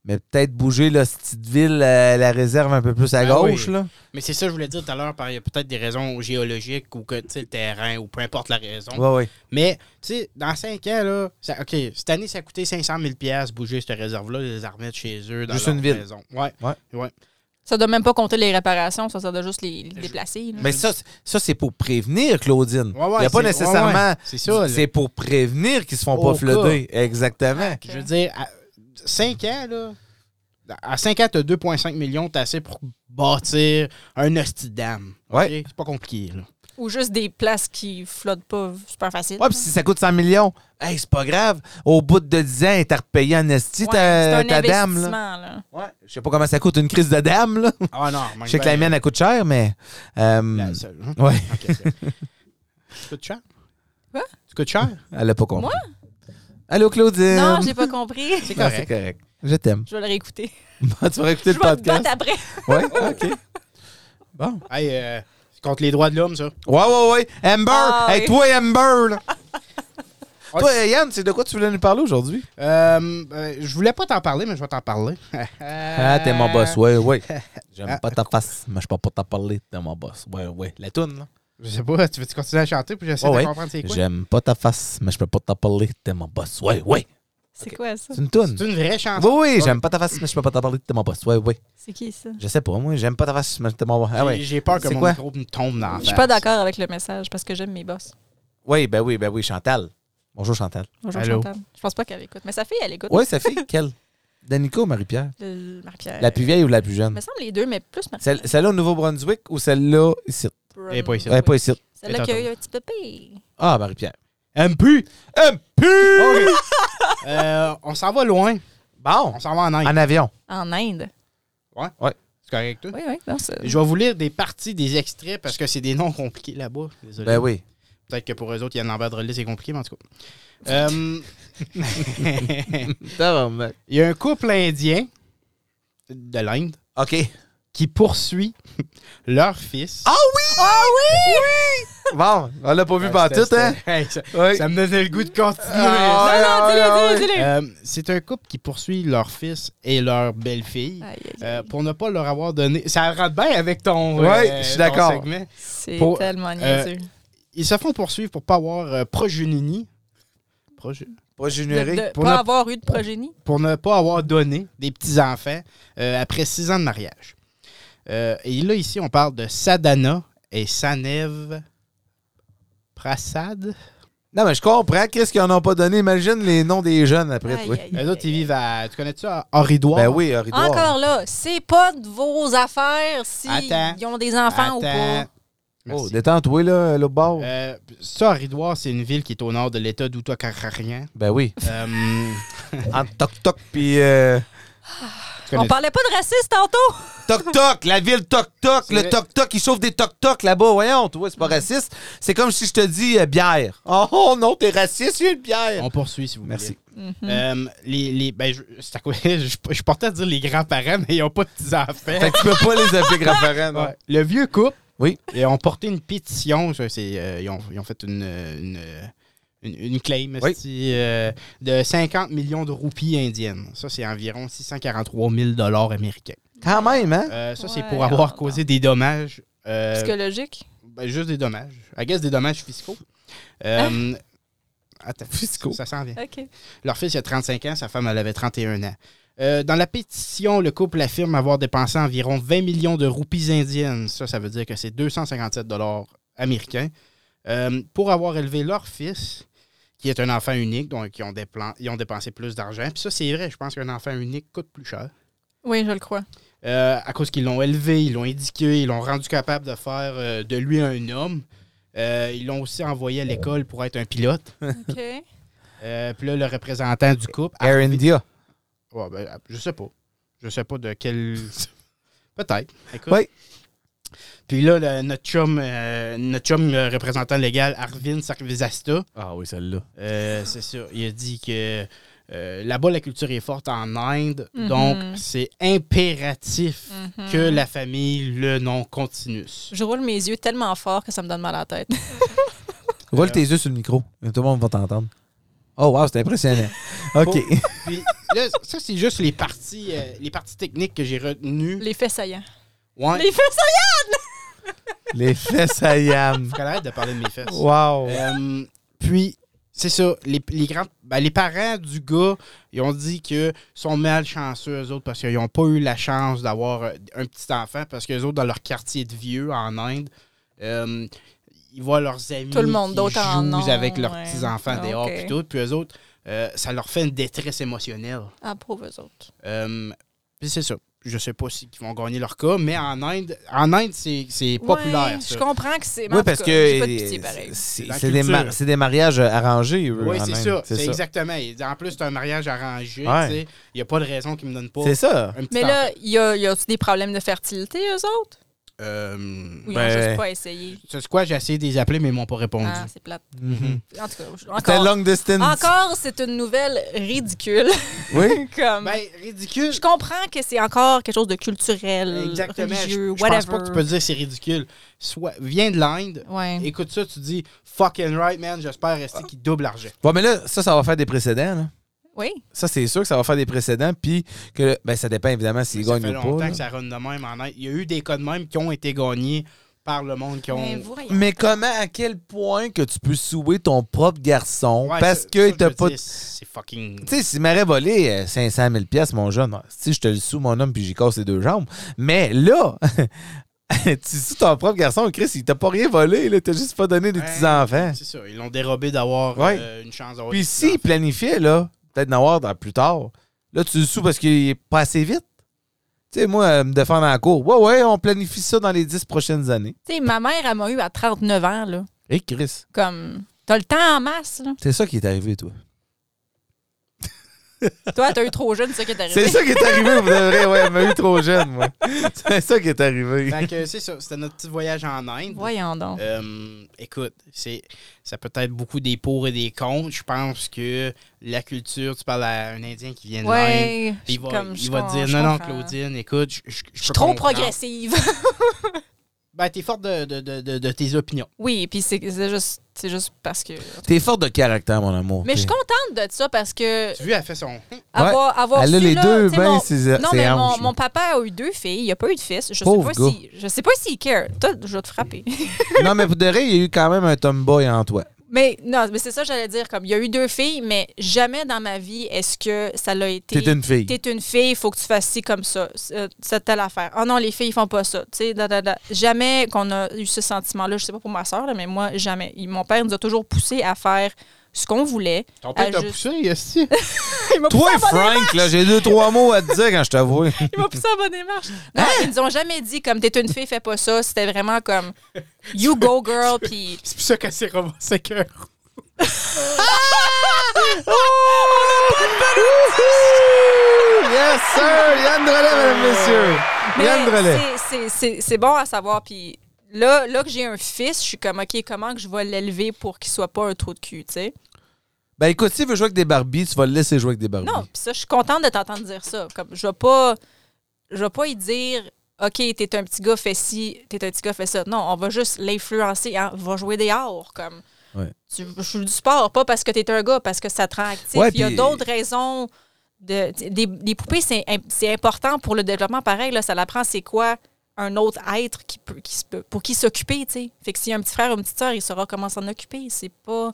S2: mais peut-être bouger la petite ville, euh, la réserve un peu plus à
S3: Ah oui.
S2: gauche. là.
S3: Mais c'est ça que je voulais dire tout à l'heure, par il y a peut-être des raisons géologiques ou que, tu sais, le terrain ou peu importe la raison.
S2: Ouais, ouais.
S3: Mais, tu sais, dans 5 ans, là, ça- OK, cette année, ça a coûté 500 000 bouger cette réserve-là, les armées de chez eux, dans
S2: Juste
S3: leur
S2: une ville.
S3: maison. Ouais.
S1: Ça doit même pas compter les réparations, ça, ça doit juste les, les déplacer. là.
S2: Mais ça, c'est- ça c'est pour prévenir, Claudine.
S3: Ouais, ouais,
S2: Il n'y a pas
S3: c'est- ouais,
S2: nécessairement.
S3: ouais, c'est ça, là.
S2: C'est pour prévenir qu'ils se font
S3: Au
S2: pas flotter. Exactement.
S1: Ok.
S3: Je veux dire, à 5 ans, là, à 5 ans, t'as 2,5 millions, t'as assez pour bâtir un hostie de dam. OK?
S2: Ouais.
S3: C'est pas compliqué, là.
S1: Ou juste des places qui flottent pas super facile.
S2: Ouais, puis si ça coûte 100 millions, hey, c'est pas grave. Au bout de 10 ans, elle t'a repayé en esti
S1: Ouais,
S2: ta,
S1: c'est un
S2: ta dame. Là.
S1: investissement, là.
S2: Ouais. Je sais pas comment ça coûte une crise de dame. Là.
S3: Ah non, manque
S2: Je sais que la
S3: bien
S2: mienne, elle coûte cher, mais. euh,
S3: la seule, hein?
S2: ouais,
S3: OK, c'est- tu coûtes cher?
S1: Quoi?
S3: Tu coûtes cher?
S2: elle a pas compris.
S1: Moi?
S2: Allô, Claudine.
S1: Non, j'ai pas compris.
S3: C'est
S2: Ah, c'est
S3: correct.
S2: correct. Je t'aime.
S1: Je vais le réécouter.
S2: Bon, tu vas écouter
S1: Je
S2: le
S1: vais te
S2: podcast.
S1: battre après.
S2: Ouais, ah, OK. Bon.
S3: Hey, euh, c'est contre les droits de l'homme, ça.
S2: Ouais, ouais, ouais. Amber.
S1: Ah,
S2: hey,
S1: oui.
S2: toi, Amber. là.
S3: Ouais.
S2: toi, Yann, c'est de quoi tu voulais nous parler aujourd'hui?
S3: Euh, euh, je voulais pas t'en parler, mais je vais t'en parler. Euh,
S1: Euh,
S2: Ah, t'es mon boss, ouais, ouais. J'aime pas ta face, mais je peux pas t'en parler. T'es mon boss, ouais, ouais. La toune, là.
S3: Je sais pas, tu veux-tu continuer à chanter puis j'essaie
S2: Ouais,
S3: de
S2: Oh, ouais.
S3: comprendre c'est quoi?
S2: J'aime pas ta face, mais je peux pas t'en parler. T'es mon boss, ouais, ouais.
S1: C'est quoi ça?
S2: C'est une toune.
S3: C'est une vraie chanson.
S2: Oui, oui, j'aime pas ta face, mais je peux pas t'en parler. T'es mon boss, ouais, ouais.
S1: C'est qui ça?
S2: Je sais pas, moi, j'aime pas ta face, mais t'es mon boss. Ah,
S3: J'ai-
S2: ouais.
S3: J'ai peur que
S2: C'est
S3: mon
S2: quoi?
S3: micro me tombe dans la
S1: Je suis
S3: face.
S1: pas d'accord avec le message parce que j'aime mes boss.
S2: Oui, ben oui, ben oui, Chantal. Bonjour, Chantal.
S1: Bonjour
S3: Allô?
S1: Chantal. Je pense pas qu'elle écoute. Mais sa fille, elle écoute.
S2: Ouais, sa fille, quelle? Danico ou Marie-Pierre?
S1: Le- Marie-Pierre.
S2: La plus vieille ou la plus
S1: Il me
S2: jeune?
S1: semble les deux, Euh, mais plus Marie-Pierre.
S2: Celle- Celle-là au Nouveau-Brunswick ou celle-là ici?
S3: Elle est pas ici.
S2: Ouais, pas ici.
S1: Celle-là qui a eu un petit bébé.
S2: Ah, Marie-Pierre.
S3: MP!
S2: MP!
S3: Ok. Euh, on s'en va loin.
S2: Bon,
S3: On s'en va en Inde.
S2: en avion.
S1: En Inde.
S3: C'est correct, toi?
S1: Oui, oui. Non, c'est-
S3: Je vais vous lire des parties, des extraits, parce que c'est des noms compliqués là-bas. Désolé.
S2: Ben oui.
S3: Peut-être que pour eux autres, il y a un de c'est compliqué, mais en tout cas. Euh,
S2: Tabarnak.
S3: il y a un couple indien de l'Inde
S2: OK.
S3: qui poursuit leur fils.
S2: Ah oui! Ah oui! Oui! Bon, on l'a pas vu
S3: Euh,
S2: par
S3: c'était-
S2: tout, hein?
S3: c'était- Hey, ça,
S2: Oui.
S3: ça me donnait le goût de continuer.
S2: Ah,
S1: Non, non, dis-le, dis-le, dis-le.
S3: Euh, c'est un couple qui poursuit leur fils et leur belle-fille.
S1: Aïe, aïe, aïe.
S3: euh, pour ne pas leur avoir donné. Ça rentre bien avec ton,
S2: Ouais,
S3: euh,
S2: je suis
S3: ton
S2: d'accord.
S3: segment.
S1: C'est
S3: pour-
S1: tellement niaiseux.
S3: Ils se font poursuivre pour pas avoir euh, progéninie. Progé-
S2: Pas
S1: de, de
S2: généré.
S3: pour
S1: pas
S3: ne-
S1: avoir eu de progénie.
S3: pour ne pas avoir donné des petits-enfants euh, après six ans de mariage. Euh, et là, ici, on parle de Sadhana et Sanev Prasad.
S2: Non, mais je comprends. Qu'est-ce qu'ils en ont pas donné? Imagine les noms des jeunes après.
S1: Aïe,
S2: toi.
S1: aïe,
S3: Les
S1: aïe,
S3: autres, ils
S1: aïe.
S3: vivent à. Tu connais-tu Henri-Douard?
S2: Ben oui, Horridor.
S1: Encore là, c'est pas de vos affaires si
S3: Attends.
S1: ils ont des enfants ou pas.
S3: Attends. Merci.
S2: Oh, détends-toi, là, l'autre bord.
S3: Euh, ça, Ridoir, c'est une ville qui est au nord de l'État d'Outacararien.
S2: Ben oui.
S3: Euh,
S2: Entre toc-toc puis... euh,
S3: tu
S1: On
S3: connais-
S1: parlait pas de racisme tantôt.
S2: Toc-toc, la ville toc-toc,
S3: C'est
S2: le
S3: vrai.
S2: toc-toc, ils chauffent des toc-toc là-bas, voyons, tu vois, c'est pas raciste. C'est comme si je te dis euh, bière. Oh, oh non, t'es raciste, il y a une bière.
S3: On poursuit, si vous voulez.
S2: Merci.
S1: Mhm.
S3: Euh, les, les, ben, je, c'est à quoi- je, je portais à dire les grands-parents, mais ils n'ont pas de petits-enfants.
S2: Fait que tu peux pas les appeler grands-parents, non?
S3: Ouais. Le vieux couple,
S2: Oui.
S3: ils ont porté une pétition. ça, c'est, euh, ils, ont, ils ont fait une, une, une, une claim
S2: Oui.
S3: esti, euh, de 50 millions de roupies indiennes. Ça, c'est environ 643 000 américains.
S2: Quand même, hein?
S3: Euh, ça, c'est
S1: Ouais,
S3: pour avoir
S1: on-
S3: causé des dommages. euh,
S1: Psychologique.
S3: Ben, juste des dommages. I guess des dommages fiscaux. Euh, Attends.
S2: Fiscaux.
S3: Ça s'en vient.
S1: OK.
S3: Leur fils il a 35 ans, sa femme elle avait 31 ans. Euh, dans la pétition, le couple affirme avoir dépensé environ 20 millions de roupies indiennes. Ça, ça veut dire que c'est 257 dollars américains. euh, pour avoir élevé leur fils, qui est un enfant unique, donc ils ont, déplan- ils ont dépensé plus d'argent. Puis ça, c'est vrai, je pense qu'un enfant unique coûte plus cher.
S1: Oui, je le crois.
S3: Euh, à cause qu'ils l'ont élevé, ils l'ont éduqué, ils l'ont rendu capable de faire euh, de lui un homme. Euh, ils l'ont aussi envoyé à l'école pour être un pilote.
S1: OK.
S3: Euh, Puis là, le représentant du couple.
S2: Euh, Air India.
S3: Ouais, ben, je sais pas. Je sais pas de quel. Peut-être. Écoute.
S2: Oui.
S3: Puis là, le- notre chum, euh, notre chum euh, représentant légal, Arvin Sarvizasta,
S2: Ah oui, celle-là.
S3: euh, c'est sûr, il a dit que euh, là-bas, la culture est forte en Inde.
S1: Mhm.
S3: Donc, c'est impératif
S1: Mhm.
S3: que la famille le non continue.
S1: Je roule mes yeux tellement fort que ça me donne mal à la tête.
S2: Roule tes yeux sur le micro. Tout le monde va t'entendre. Oh, wow, c'était impressionnant. OK.
S3: Puis là, ça, c'est juste les parties, euh, les parties techniques que j'ai retenues.
S1: Les faits saillants.
S3: Ouais.
S1: Les faits saillants!
S2: Les fesses à Yann.
S3: Faut qu'elle arrête de parler de mes fesses.
S2: Wow.
S3: Euh, puis, c'est ça. Les, les grands, ben, les parents du gars, ils ont dit que sont malchanceux, eux autres, parce qu'ils n'ont pas eu la chance d'avoir euh, un petit enfant, parce qu'eux autres, dans leur quartier de vieux en Inde, euh, ils voient leurs amis
S1: Tout le monde
S3: qui
S1: d'autres en
S3: jouent
S1: ont,
S3: avec leurs
S1: ouais.
S3: petits-enfants
S1: Ah,
S3: dehors,
S1: ok.
S3: puis tout. Puis eux autres, euh, ça leur fait une détresse émotionnelle.
S1: Ah, pauvres eux autres.
S3: Euh, puis c'est ça. Je sais pas si ils vont gagner leur cas, mais en Inde, en Inde, c'est c'est populaire.
S1: Ouais,
S3: ça.
S1: je comprends que c'est. mais en
S2: Oui,
S1: tout
S2: parce
S1: cas,
S2: que
S1: j'ai pas de pitié,
S2: euh,
S1: pareil.
S2: c'est
S3: la
S2: c'est des,
S3: culture.
S2: mar- c'est des mariages euh, arrangés, eux,
S3: Oui,
S2: en
S3: c'est
S2: Inde.
S3: ça. C'est exactement. Il dit, En plus, c'est un mariage arrangé. tu
S2: Ouais.
S3: sais. Il n'y a pas de raison qu'ils me donnent pas
S2: C'est ça.
S3: un petit
S1: Mais là, il y a, y a-tu des problèmes de fertilité, eux autres?
S3: enfant. Euh,
S1: Ou ils
S2: Ben-
S1: ont juste pas essayé?
S3: tu sais quoi? J'ai essayé de les appeler, mais ils m'ont pas répondu.
S1: Ah, c'est plate.
S2: Mhm.
S3: Mm-hmm.
S1: En tout cas, je-
S2: C'était
S1: encore,
S2: long distance.
S1: encore c'est une nouvelle ridicule.
S2: Oui.
S1: Comme,
S3: Ben, ridicule.
S1: je comprends que c'est encore quelque chose de culturel,
S3: Exactement. Je-
S1: religieux,
S3: je,
S1: whatever.
S3: pense pas que tu peux dire que c'est ridicule. Soit, viens de l'Inde,
S1: Ouais.
S3: écoute ça, tu dis fucking right, man, j'espère rester qui double l'argent.
S2: Bon, mais là, ça, ça va faire des précédents. là.
S1: Oui.
S2: Ça, c'est sûr que ça va faire des précédents. Puis, que, ben, ça dépend évidemment
S3: Ça
S2: s'ils
S3: fait
S2: gagnent ou
S3: longtemps
S2: pas. là.
S3: que ça run de même en Inde. Il y a eu des cas de même qui ont été gagnés par le monde qui ont.
S1: Mais voyons.
S2: Mais comment, à quel point que tu peux souer ton propre garçon
S3: Ouais,
S2: parce
S3: ça- ça,
S2: que
S3: je
S2: t'as
S3: veux
S2: pas.
S3: dire, C'est fucking.
S2: Tu sais, si m'aurait volé euh, 500 000 pièces mon jeune, si je te le sous, mon homme, puis j'y casse les deux jambes. Mais là, tu sous ton propre garçon, Chris, il t'a pas rien volé, là. T'as juste pas donné des
S3: Ouais,
S2: petits-enfants.
S3: C'est ça. Ils l'ont dérobé d'avoir
S2: Ouais.
S3: euh, une chance d'avoir.
S2: Puis
S3: des
S2: s'il planifiait, là, peut-être d'en avoir dans plus tard, là, tu le sous parce qu'il est pas assez vite. Tu sais, moi, euh, me défendre en cours. Ouais, ouais, on planifie ça dans les 10 prochaines années.
S1: Tu sais, ma mère, elle m'a eu à 39 ans, là.
S2: Hé, Chris,
S1: Comme, t'as le temps en masse, là.
S2: c'est ça qui est arrivé, toi.
S1: Toi, t'as eu trop jeune, c'est ça qui est
S2: C'est
S1: arrivé.
S2: ça qui est arrivé, vous devrez. Ouais, elle m'a eu trop jeune, moi. C'est ça qui est arrivé.
S3: Fait que c'est ça, c'était notre petit voyage en Inde.
S1: Voyons donc.
S3: Euh, écoute, c'est ça peut être beaucoup des pour et des contre. Je pense que la culture, tu parles à un Indien qui vient de l'Inde,
S1: ouais.
S3: puis Euh, il va,
S1: comme,
S3: il
S1: je
S3: va
S1: com-
S3: te dire
S1: je
S3: non, non,
S1: comprends.
S3: Claudine, écoute, je, je- je
S1: Je suis
S3: peux
S1: trop
S3: comprendre.
S1: progressive.
S3: Ben, t'es forte de, de- de- de- de tes opinions.
S1: oui, puis c'est c'est juste, c'est juste parce que.
S2: T'es forte de caractère, mon amour.
S1: Mais je suis
S2: T'es-
S1: contente de ça parce que
S3: Tu as vu, elle fait son.
S1: avoir, avoir
S2: Elle a
S1: su,
S2: les
S1: là,
S2: deux ben,
S1: tu sais,
S2: mains,
S1: mon-
S2: ses-
S1: Non,
S2: ses
S1: mais
S2: hanches,
S1: mon,
S2: là.
S1: mon papa a eu deux filles, il a pas eu de fils. Je
S2: Pauvre
S1: sais pas
S2: gars.
S1: si je sais pas s'il care. Toi, je vais te frapper.
S2: Non, mais pour de vrai, il y a eu quand même un tomboy en toi.
S1: Mais non, mais c'est ça que j'allais dire. Comme il y a eu deux filles, mais jamais dans ma vie est-ce que ça l'a été.
S2: T'es une fille.
S1: T'es une fille, il faut que tu fasses ci comme ça, c'est c'est telle affaire. Ah non, les filles, ils font pas ça. Tu sais, da, da, da. Jamais qu'on a eu ce sentiment-là. Je sais pas pour ma soeur, mais moi, jamais. Il- mon père nous a toujours poussé à faire ce qu'on voulait.
S3: Ton
S1: à
S3: père t'a
S1: juste-
S3: poussé, esti.
S1: Il m'a
S2: Toi,
S1: poussé à bonne-
S2: Frank, là, j'ai deux, trois mots à te dire quand je t'avoue.
S1: il m'a poussé à bonne démarche. Non,
S2: Hein?
S1: ils nous ont jamais dit comme t'es une fille, fais pas ça. C'était vraiment comme you go girl, puis
S3: C'est pour ça qu'elle s'est revancée avec un roux.
S2: Ah! Oh! yes, sir! Yann Drolet, mesdames, messieurs.
S1: Mais
S2: Yann Drolet.
S1: c'est- c'est- c'est- C'est bon à savoir. Puis là, là que j'ai un fils, je suis comme, OK, comment que je vais l'élever pour qu'il soit pas un trou de cul, tu sais?
S2: Ben écoute, s'il veut jouer avec des Barbies, tu vas le laisser jouer avec des Barbies.
S1: Non, puis ça, je suis contente de t'entendre dire ça. Comme, je vais pas, je vais pas y dire, OK, t'es un petit gars, fais ci, t'es un petit gars, fais ça. Non, on va juste l'influencer. hein, va jouer des arts, comme.
S2: Ouais.
S1: Tu je joue du sport, pas parce que t'es un gars, parce que ça te rend actif.
S2: Ouais,
S1: Il y a
S2: puis-
S1: d'autres raisons. De, des, des poupées, c'est im- c'est important pour le développement. Pareil, là, ça l'apprend, c'est quoi un autre être qui peut, qui se peut- pour qui s'occuper, tu sais. Fait que s'il y a un petit frère ou une petite soeur, il saura comment s'en occuper. C'est pas...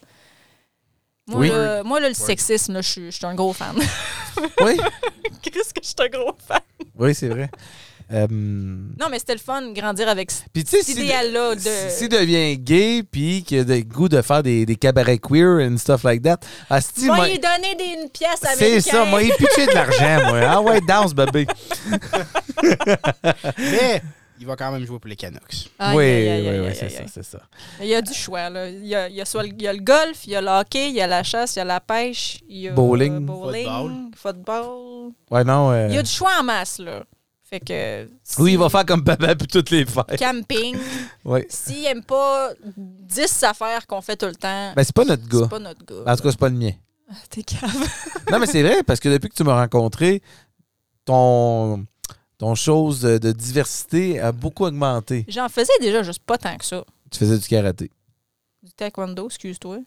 S1: Moi,
S2: Oui.
S1: là, moi là, le sexisme, là, je suis je suis un gros fan.
S2: Oui,
S1: Qu'est-ce que je suis un gros fan?
S2: oui c'est vrai. Euh,
S1: Non, mais c'était le fun de grandir avec cet
S2: Puis tu sais, si-
S1: idéal-là
S2: si-
S1: de...
S2: S'il devient gay, puis qu'il a des goûts de faire des, des cabarets queer and stuff like that, asti,
S1: Moi,
S2: moi-
S1: lui donner des, une pièce avec
S2: c'est ça, moi, il pitchait de l'argent, moi. Ah ouais, danse, bébé.
S3: Mais il va quand même jouer pour les Canucks.
S2: Oui, oui, oui, c'est ça, c'est ça.
S1: Il y a du choix, là. Il y a, il y a soit le, il y a le golf, il y a le hockey, il y a la chasse, il y a la pêche, il y a...
S2: Bowling.
S1: euh, bowling, football.
S2: Ouais, non. euh,
S1: Il y a du choix en masse, là. Fait que... si-
S2: Oui, il va faire comme papa puis toutes les faire.
S1: Camping.
S2: Ouais.
S1: S'il aime pas 10 affaires qu'on fait tout le temps,
S2: Ben, c'est pas notre
S1: c'est
S2: gars.
S1: pas notre gars.
S2: En tout cas, c'est pas le mien.
S1: T'es cave.
S2: Non, mais c'est vrai, parce que depuis que tu m'as rencontré, ton, ton chose de diversité a beaucoup augmenté.
S1: J'en faisais déjà juste pas tant que ça.
S2: Tu faisais du karaté.
S1: Du taekwondo, excuse-toi.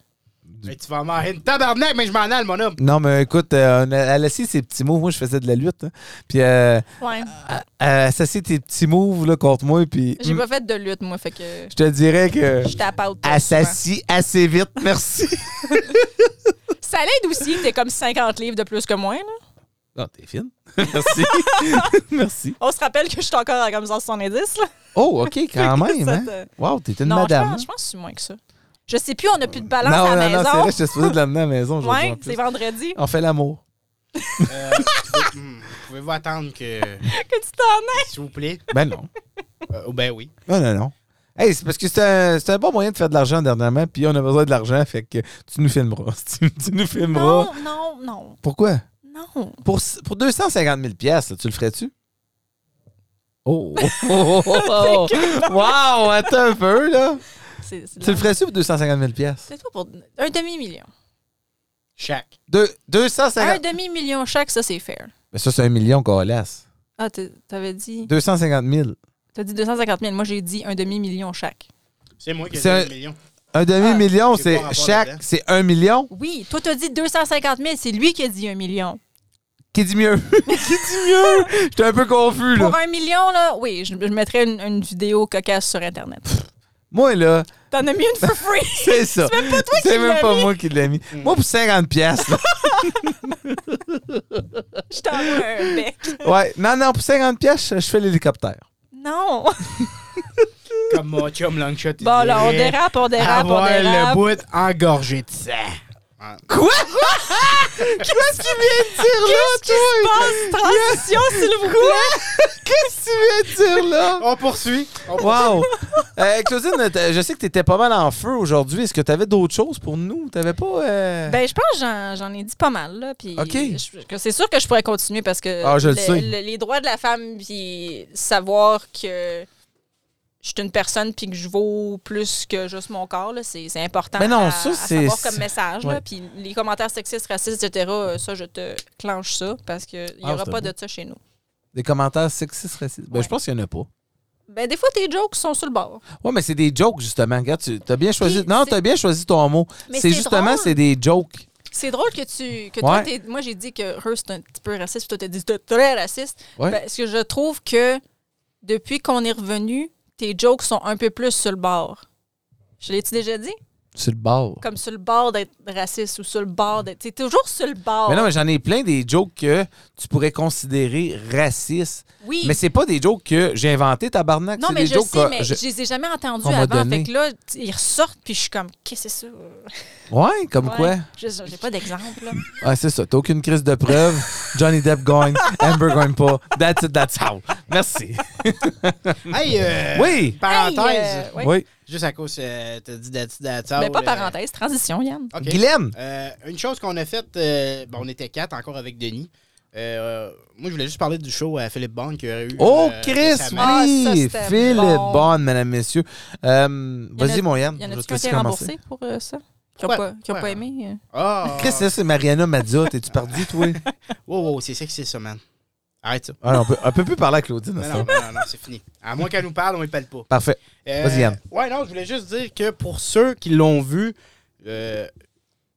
S3: Mais tu vas en marrer une tabarnak, mais je m'en alle, mon homme.
S2: Non, mais écoute, euh, on a- elle a essayé ses petits moves. Moi, je faisais de la lutte. hein. Puis, euh,
S1: Ouais.
S2: elle a essayé tes petits moves là, contre moi. Puis,
S1: Ah. J'ai
S2: hum,
S1: pas fait de lutte, moi, fait que
S2: je te dirais que.
S1: je tape out.
S2: Ah,
S1: pas souvent.
S2: Assassi assez vite, merci.
S1: Ça l'aide aussi, t'es comme 50 livres de plus que moi. Là.
S2: Non, t'es fine. merci. merci.
S1: On se rappelle que je suis encore à comme 170. Là.
S2: Oh, OK, quand même.
S1: Ça
S2: Hein?
S1: te-
S2: Wow, t'es une
S1: Non,
S2: madame.
S1: Je, pense, je pense que c'est moins que ça. Je sais plus, on n'a plus de balance
S2: non,
S1: à la
S2: non, non, c'est
S1: maison.
S2: vrai, je suis supposé de l'amener à la maison. aujourd'hui, en
S1: ouais,
S2: plus.
S1: c'est vendredi.
S2: On fait l'amour.
S3: Euh, pouvez- hmm, Pouvez-vous attendre que.
S1: Ah, Que tu t'en
S3: S'il vous plaît.
S2: Ben non.
S3: Euh, ben oui.
S2: Non, non, non. Hey, c'est parce que c'est un, c'est un bon moyen de faire de l'argent dernièrement, puis on a besoin de l'argent, fait que tu nous filmeras. Tu, tu nous
S1: es.
S2: filmeras.
S1: Non, non, non,
S2: Pourquoi?
S1: non.
S2: Pour, pour 250 000 pièces, tu le ferais-tu? Oh! oh, oh, oh, oh. wow! Attends un peu, là!
S1: C'est c'est de
S2: Tu le
S1: la-
S2: ferais-tu pour 250 000 pièces?
S1: C'est toi pour un demi-million.
S3: Chaque.
S2: Deux-
S1: Un
S2: 250...
S1: demi-million chaque, ça, c'est fair.
S2: Mais ça, c'est un million, colasse.
S1: Ah, t'es- t'avais dit...
S2: 250 000.
S1: T'as dit 250 000. Moi, j'ai dit un demi-million chaque.
S3: C'est moi qui ai
S2: C'est un-
S3: dit le million.
S2: Un demi-million,
S3: Ah, j'ai
S2: c'est
S3: pas rapport
S2: chaque...
S3: là-dedans.
S2: C'est un million?
S1: Oui, toi, t'as dit 250 000. C'est lui qui a dit un million.
S2: Qui dit mieux? Qui dit mieux? J'étais un peu confus, là.
S1: Pour un million, là, oui, je, je mettrais une, une vidéo cocasse sur Internet.
S2: Moi, là...
S1: T'en as mis une for free.
S2: C'est ça. C'est même pas toi
S1: qui l'as mis.
S2: moi qui l'ai mis. Moi, pour 50 pièces. là.
S1: Je t'envoie un bec.
S2: Ouais. Non, non, pour 50 pièces, je je fais l'hélicoptère.
S1: Non.
S3: Comme mon chum Longshot. il
S1: Bon, là, on
S3: dirait,
S1: dérape, on dérape, on
S3: Avoir le
S1: dérape.
S3: bout engorgé de sang.
S2: Quoi? Qu'est-ce qu'il vient de dire là,
S1: Passe,
S2: toi?
S1: transition, s'il vous plaît.
S2: Qu'est-ce que tu viens de dire là?
S3: On poursuit. On poursuit.
S2: Wow! Euh, Claudine, t'as- je sais que t'étais pas mal en feu aujourd'hui. Est-ce que t'avais d'autres choses pour nous? T'avais pas. euh,
S1: Ben, je pense que j'en- j'en ai dit pas mal, là. Puis
S2: OK.
S1: je- que C'est sûr que je pourrais continuer parce que
S2: Ah, je le sais.
S1: les droits de la femme, puis savoir que je suis une personne puis que je vaux plus que juste mon corps, là, c'est c'est important
S2: Mais non,
S1: à,
S2: ça,
S1: à
S2: c'est-
S1: savoir
S2: c'est-
S1: comme message. là.
S2: ouais.
S1: Puis les commentaires sexistes, racistes, etc., euh, ça, je te clenche ça parce qu'il n'y
S2: Ah,
S1: aura
S2: c'est
S1: pas
S2: beau.
S1: de ça chez nous.
S2: Des commentaires sexistes, racistes? Ben,
S1: Ouais.
S2: je pense qu'il y en a pas.
S1: Ben, des fois, tes jokes sont sur le bord.
S2: Ouais, mais c'est des jokes, justement. Regarde, tu as bien choisi.
S1: Puis,
S2: Non,
S1: c'est-
S2: t'as bien choisi ton mot.
S1: Mais
S2: C'est
S1: c'est
S2: justement,
S1: drôle.
S2: c'est des jokes.
S1: C'est drôle que tu. Que toi,
S2: Ouais.
S1: t'es- moi, j'ai dit que Hearst est un petit peu raciste, puis toi, t'as dit t'es très raciste.
S2: Ouais.
S1: Parce que je trouve que depuis qu'on est revenu, tes jokes sont un peu plus sur le bord. Je l'ai-tu déjà dit?
S2: Sur le bord.
S1: Comme sur le bord d'être raciste ou sur le bord d'être. T'es toujours sur le bord.
S2: Mais non, mais j'en ai plein des jokes que tu pourrais considérer racistes.
S1: oui.
S2: Mais c'est pas des jokes que j'ai inventé, tabarnak.
S1: non,
S2: c'est
S1: mais
S2: des
S1: je
S2: jokes
S1: sais,
S2: que
S1: mais je...
S2: je-
S1: les ai jamais entendus
S2: qu'on m'a
S1: avant.
S2: donné.
S1: Fait que là, t- ils ressortent, puis je suis comme, qu'est-ce que c'est ça?
S2: Ouais, comme
S1: Ouais.
S2: quoi?
S1: Je- J'ai pas d'exemple. là.
S2: Ah, c'est ça. T'as aucune crise de preuve. Johnny Depp gagne. Amber gagne pas. That's it, that's how. Merci.
S3: Hey, euh,
S2: Oui.
S1: Hey,
S3: parenthèse.
S1: euh, ouais.
S2: Oui.
S3: Juste à cause, euh, t'as dit Dati Dati.
S1: Mais pas parenthèse, transition, Yann.
S3: euh, OK.
S2: Guylaine.
S3: Euh, une chose qu'on a faite, euh, bon, on était quatre encore avec Denis. Euh, euh, moi, je voulais juste parler du show à Philippe Bond qui aurait eu.
S2: Oh,
S3: euh,
S2: Chris,
S3: récemment.
S1: Ah,
S2: oui!
S1: ça, c'était
S2: Phil
S1: bon.
S2: est bon, mesdames, messieurs. Euh,
S1: Y en a-
S2: Vas-y, mon Yann.
S1: Il y en
S2: je
S1: a-tu
S2: vais
S1: qui ont
S2: te laisser
S1: été
S2: commencer.
S1: remboursés pour euh, ça? Qui ont
S3: Ouais,
S1: pas, qui ont
S3: ouais.
S1: pas aimé? euh.
S3: Ah,
S2: Chris, ça, c'est Mariana Mazza. T'es-tu perdu, toi?
S3: Wow, wow, c'est ça que c'est ça, man. Arrête ça.
S2: Ah, on, peut, on peut plus parler à Claudine. à
S3: Non,
S2: ça.
S3: non, non, non, non, c'est fini. À moins qu'elle nous parle, on ne parle pas.
S2: Parfait.
S3: Euh,
S2: Vas-y, Yann.
S3: Ouais, non, je voulais juste dire que pour ceux qui l'ont vu, euh,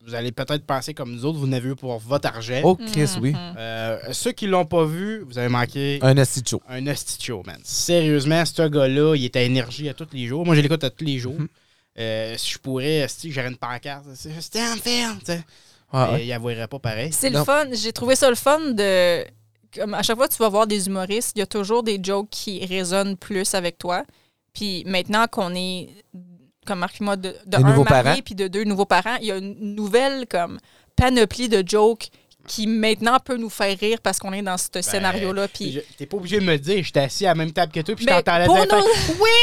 S3: vous allez peut-être penser comme nous autres, vous n'avez eu pour votre argent.
S2: Oh,
S1: Mm-hmm.
S2: Chris, oui.
S3: Euh, ceux qui l'ont pas vu, vous avez manqué
S2: Un asti de show.
S3: un hostie de show, man. Sérieusement, ce gars-là, il est à énergie à tous les jours. Moi, je l'écoute à tous les jours.
S2: Mhm.
S3: Euh, si je pourrais, si j'aurais une pancarte, c'est c'était un film, tu sais.
S2: Ah,
S3: Mais Il avouerait pas pareil.
S1: C'est le
S2: Non.
S1: fun. J'ai trouvé ça le fun de. Comme à chaque fois que tu vas voir des humoristes, il y a toujours des jokes qui résonnent plus avec toi. Puis maintenant qu'on est, comme Marc et moi, de, de
S2: Des
S1: un
S2: nouveaux
S1: marié
S2: parents.
S1: puis de deux nouveaux parents, il y a une nouvelle comme panoplie de jokes qui maintenant peut nous faire rire parce qu'on est dans ce scénario-là. Puis
S3: Ben, Je- T'es pas obligé de me le dire, j'étais assis à la même table que toi, puis je
S1: Ben,
S3: t'entendais
S1: pour
S3: dire.
S1: nous-
S3: faire, Oui!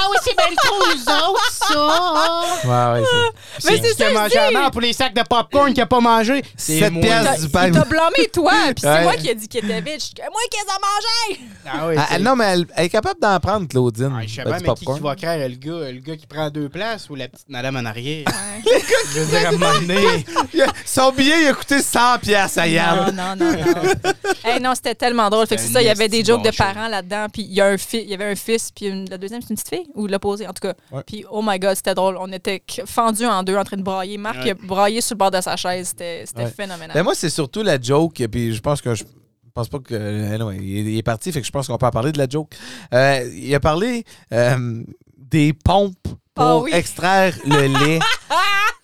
S3: Ah oui, c'est bien trop nous autres, ça!
S2: ouais, ouais, c'est-
S1: Mais
S3: Puis
S1: c'est
S3: qui
S1: ça,
S3: a
S1: je
S3: mangé
S1: dis.
S3: en or pour les sacs de popcorn qu'il a pas mangé. C'est
S2: Sept
S3: moi.
S2: piastres.
S1: T'as-
S2: du
S1: il
S2: pain.
S1: t'a blâmé, toi, puis c'est
S2: Ouais.
S1: moi qui ai dit qu'il était bitch. Je suis comme, Moi, qu'est-ce à manger?
S3: Ah oui,
S2: Ah,
S3: c'est-
S2: elle- non, mais elle, elle est capable d'en prendre, Claudine.
S3: Ah, je sais
S2: Ben,
S3: pas,
S2: du
S3: mais qui, qui
S2: popcorn.
S3: va craindre le gars, le gars qui prend deux places ou la petite madame en arrière? Je veux dire, à un moment donné,
S2: Son billet, il a coûté 100 pièces à Yann.
S1: Non, non, non, non. Hey, non, c'était tellement drôle. Fait que c'est ça, il y avait des
S3: C'était un
S1: jokes de
S3: esti bon
S1: parents là-dedans, puis il y, a un fi- il y avait un fils, puis une- la deuxième, c'est une petite fille, ou l'opposé, en tout cas.
S2: Ouais.
S1: Puis, oh my God, c'était drôle. On était c- fendus en deux, en train de brailler. Marc,
S3: Ouais.
S1: il a braillé sur le bord de sa chaise. C'était c'était
S2: Ouais.
S1: phénoménal.
S2: Ben, moi, c'est surtout la joke, puis je pense que je pense pas que. euh, anyway, il, est- il est parti, fait que je pense qu'on peut en parler de la joke. Euh, il a parlé euh, des pompes pour
S1: Ah oui.
S2: extraire le lait.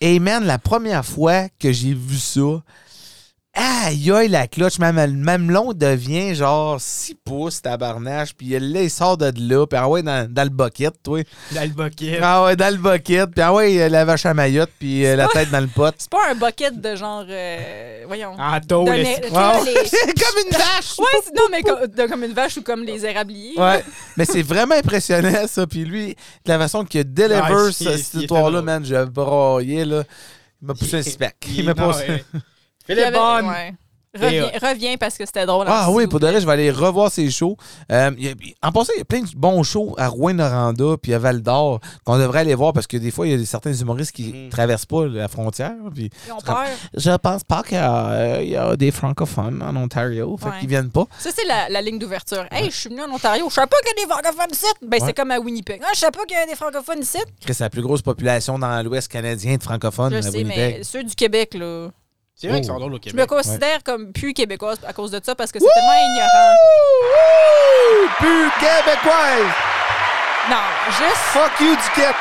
S2: Et man, la première fois que j'ai vu ça, aïe aïe la cloche, même le mamelon devient genre 6 pouces tabarnache, puis le lait il sort de là, puis ah ouais, dans, dans le bucket, toi.
S3: dans le bucket.
S2: Ah ouais, dans le bucket, puis ah ouais, euh, la vache à maillotte, puis euh, la tête dans le pot.
S1: C'est pas un bucket de genre. euh, voyons.
S3: En taux,
S1: D'un-
S3: le-
S1: tu vois,
S2: Ah, oh, Wow.
S1: les-
S2: Comme une vache!
S1: Ouais, c'est- non, mais comme, de- comme une vache ou comme les érabliers.
S2: Ouais, mais c'est vraiment impressionnant, ça. Puis lui, de la façon qu'il deliver
S3: Ah,
S2: ce-
S3: il- il-
S2: cette
S3: il est
S2: histoire-là,
S3: tellement-
S2: man, j'ai broyé, là. Il m'a poussé un spec. Il m'a
S3: Non,
S2: poussé-
S3: ouais.
S1: Puis il y
S3: Philippe
S1: avait-
S3: Bond.
S1: ouais.
S3: Et,
S1: Reviens, reviens parce que c'était drôle.
S2: euh, Ah
S1: en
S2: oui,
S1: dessous.
S2: pour de vrai, je vais aller revoir ces shows. Euh, il y a- en passant, il y a plein de bons shows à Rouen-Noranda puis à Val-d'Or qu'on devrait aller voir parce que des fois, il y a des- certains humoristes qui
S3: Mhm.
S2: traversent pas la frontière. Puis
S1: Ils ont peur.
S2: je pense pas qu'il y a, euh, il y a des francophones en Ontario, fait
S1: Ouais.
S2: qu'ils viennent pas.
S1: Ça, c'est la, la ligne d'ouverture. Hey, je suis venu en Ontario, je sais pas qu'il y a des francophones ici. Ben,
S2: Ouais.
S1: c'est comme à Winnipeg. Ah, je sais pas qu'il y a des francophones ici.
S2: Chris, C'est la plus grosse population dans l'Ouest canadien de francophones
S1: Je
S2: à
S1: sais,
S2: Winnipeg.
S1: mais ceux du Québec, là.
S3: C'est vrai qu'ils
S2: Oh.
S3: sont drôles au
S1: Je me
S3: Québec.
S1: considère comme plus québécoise à cause de ça parce que c'est tellement ignorant.
S2: Wouh! Plus québécoise!
S1: Non, juste,
S2: Fuck you, Duquette!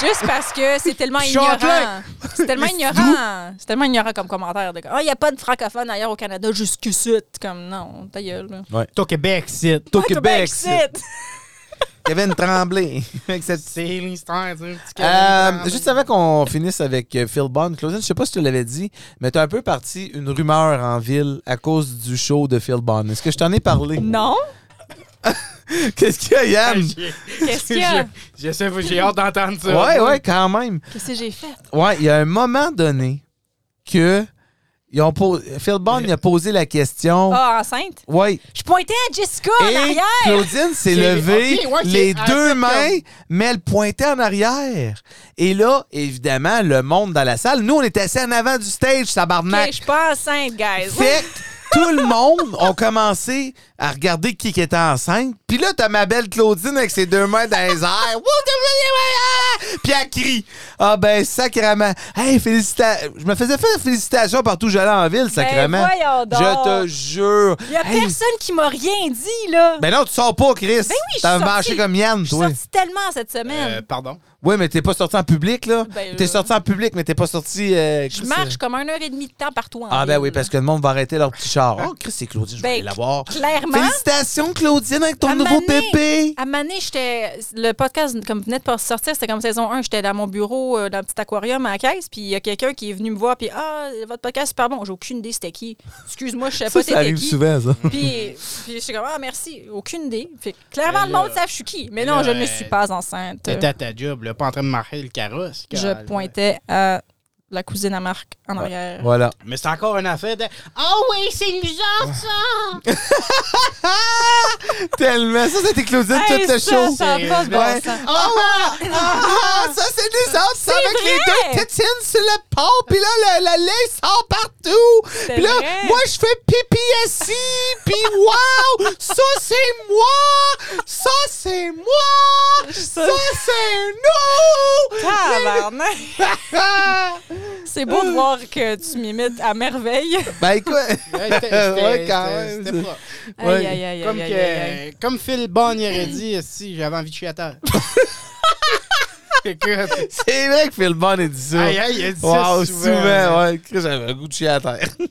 S1: juste parce que c'est tellement
S2: Chante-le.
S1: ignorant. C'est tellement ignorant. C'est tellement ignorant comme commentaire. de comme, Ah, il n'y a pas de francophones ailleurs au Canada jusqu'ici. Comme, non, ta gueule. là.
S3: Au Québec, c'est.
S2: Au
S1: Ah,
S2: Québec,
S1: ici.
S2: c'est Kevin Tremblay. Avec cette-
S3: C'est l'histoire, tu sais, un petit
S2: Euh,
S3: Québec.
S2: juste avant qu'on finisse avec euh, Phil Bond, Claudine, je sais pas si tu l'avais dit, mais tu as un peu parti une rumeur en ville à cause du show de Phil Bond. Est-ce que je t'en ai parlé?
S1: Non? Ben,
S2: Qu'est-ce qu'il y a,
S3: Ah,
S2: Yann?
S3: j'ai-
S1: Qu'est-ce qu'il y a?
S3: Je je sais pas, j'ai hâte d'entendre ça.
S2: Ouais, ouais, quand même.
S1: Qu'est-ce que j'ai fait?
S2: Ouais, il y a un moment donné que ils ont po- Phil Bond il a posé la question.
S1: Ah, enceinte?
S2: Ouais,
S1: Je pointais à Jessica en
S2: Et
S1: arrière.
S2: Claudine s'est
S3: C'est-
S2: levée
S3: ok, ouais, ok,
S2: les
S3: elle a
S2: deux
S3: fait
S2: mains, mais elle pointait en arrière. Et là, évidemment, le monde dans la salle, nous, on était assis en avant du stage,
S1: Ok,
S2: tabarnak.
S1: je suis pas enceinte, guys.
S2: Fait que tout le monde a commencé à regarder qui qui était enceinte. Puis là, t'as ma belle Claudine avec ses deux mains dans les airs. Puis elle crie. Ah ben, sacrément. Hey, félicitations. Je me faisais faire félicitations partout où j'allais en ville, sacrément.
S1: Ben, voyons donc.
S2: Je te jure.
S1: Il y a
S2: Hey,
S1: personne qui m'a rien dit, là.
S2: ben non, tu sors pas, Chris.
S1: Ben oui, je suis
S2: T'as
S1: sortie.
S2: marché comme Yann,
S1: je suis
S2: toi.
S1: sortie tellement cette semaine.
S3: Euh, pardon.
S2: Ouais, mais t'es pas sorti en public, là.
S1: Ben,
S2: t'es
S1: euh,
S2: sorti en public, mais t'es pas sorti. euh,
S1: Je
S2: Chris,
S1: marche
S2: euh,
S1: comme un heure et demie de temps par toi. en
S2: Ah, ben
S1: ville,
S2: oui,
S1: là.
S2: parce que le monde va arrêter leur petit char. Oh, Chris et Claudine, je vais
S1: Ben,
S2: aller la voir.
S1: Clairement,
S2: Félicitations, Claudine, avec ton
S1: À Ah,
S2: nouveau
S1: Mané.
S2: bébé.
S1: à Mané, j'étais. Le podcast, comme venait de pas sortir, c'était comme saison 1. J'étais dans mon bureau, euh, dans le petit aquarium à la caisse, puis il y a quelqu'un qui est venu me voir, puis Ah, votre podcast est super bon. J'ai aucune idée c'était qui. Excuse-moi, je sais pas
S2: Ça, ça
S1: c'était
S2: arrive
S1: qui.
S2: souvent, ça.
S1: Puis, puis je suis comme Ah, merci. Aucune idée. Fait que clairement,
S3: Mais
S1: le
S3: là-
S1: monde savait je suis qui. Mais
S3: là,
S1: non, je
S3: euh,
S1: ne suis pas enceinte.
S3: T'étais à ta job, là, pas en train de marcher le carrosse.
S1: Je
S3: calme.
S1: pointais à la cousine à Marc en arrière.
S2: Voilà.
S3: Mais c'est encore une affaire de. Oh oui, c'est nous autres, ça!
S2: Tellement. Ça, c'était Claudine,
S1: Hey,
S2: toute la
S1: ça,
S2: show.
S1: ça a pas de bon
S2: Ouais.
S1: sens.
S2: Ah, ah, ça, c'est des autres, ça, avec
S1: vrai!
S2: les deux tétines sur le pont, puis là, le, le lait sort partout.
S1: C'est
S2: Puis là,
S1: vrai.
S2: moi, je fais pipi assis, puis wow, ça, c'est moi, ça, c'est moi, ça, c'est
S1: Ah!
S2: Ah!
S1: Tabarnak!
S2: nous.
S1: C'est beau de
S3: Euh.
S1: voir que tu m'imites à merveille.
S2: ben, écoute,
S3: Ouais, c'était- c'était-
S2: Ouais, quand
S3: c'était-
S2: même,
S3: c'était
S2: ça.
S3: pas-
S2: Ouais.
S1: Aïe, aïe, aïe,
S3: Comme,
S1: aïe,
S3: que-
S1: aïe, aïe.
S3: comme Phil Bond il aurait dit, si j'avais envie de chier à terre. Écoute,
S2: c'est vrai que Phil Bond a dit ça.
S3: aïe, aïe, il a dit ça
S2: Wow, souvent, ouais. Chris, J'avais un goût de chier à terre.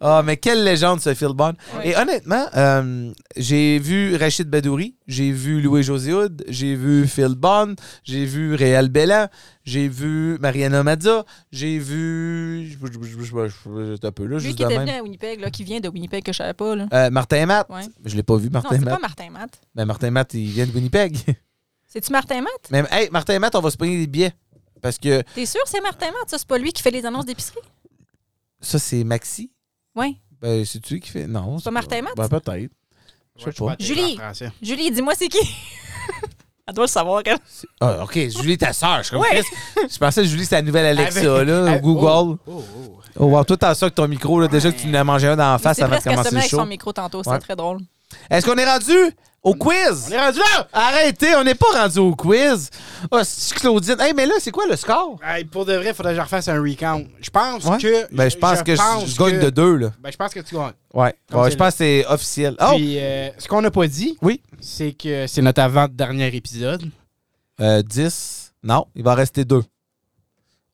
S2: Ah, mais quelle légende ce Phil Bond.
S1: Ouais.
S2: Et honnêtement, euh, j'ai vu Rachid Badouri, j'ai vu Louis-José Hood, j'ai vu Phil Bond, j'ai vu Réal Bellan, j'ai vu Mariana Mazza, j'ai vu... Je je- je- je- je- je- un peu là,
S1: Lui
S2: juste
S1: qui
S2: de
S1: était
S2: même.
S1: venu à Winnipeg, là, qui vient de Winnipeg, que je savais pas. Là.
S2: Euh, Martin et Matt.
S1: Ouais.
S2: Je l'ai pas vu,
S1: Non,
S2: Martin et
S1: c'est
S2: Matt.
S1: pas Martin Matt.
S2: Ben, Martin et Matt, il vient de Winnipeg.
S1: C'est-tu Martin Matt?
S2: Même, hey, Martin et Matt, on va se payer des billets. Parce que
S1: T'es sûr que c'est Martin Matt? Ça, c'est pas lui qui fait les annonces d'épicerie?
S2: ça, c'est Maxi.
S1: Oui.
S2: Ben, c'est tu qui fait... Non.
S1: pas Martin et Matt?
S2: Ben, peut-être. Je sais pas.
S1: Julie. Julie, dis-moi c'est qui? elle doit le savoir, elle.
S2: Ah, OK, Julie, ta sœur. Je, suis comme,
S1: Ouais.
S2: Chris, je pensais que Julie, c'est la nouvelle Alexa,
S3: Avec-
S2: là,
S3: avec-
S2: ou Google.
S3: Oh, oh, oh.
S2: Oh, wow, toi, t'as ça avec ton micro, là, déjà que tu nous as mangé un dans la face
S1: C'est
S2: avant de
S1: presque
S2: commencer
S1: assommé
S2: le
S1: avec
S2: show.
S1: son micro tantôt.
S2: Ouais.
S1: C'est très drôle.
S2: Est-ce qu'on est rendu au
S3: On
S2: quiz?
S3: est rendu là!
S2: Arrêtez, on n'est pas rendu au quiz. Ah, c'est Claudine. Hey, mais là, c'est quoi le score?
S3: Hey, pour de vrai, faudrait que je refasse un recount. Je pense
S2: Ouais.
S3: que.
S2: Ben, je pense que je- je, gagne
S3: que-
S2: de deux, là.
S3: Ben, je pense que tu gagnes.
S2: Ouais,
S3: Comme
S2: Ouais,
S3: c'est
S2: je pense que c'est officiel. Oh!
S3: Puis, euh, ce qu'on n'a pas dit,
S2: Oui.
S3: c'est que c'est notre avant-dernier épisode.
S2: Euh, 10. Non, il va rester deux.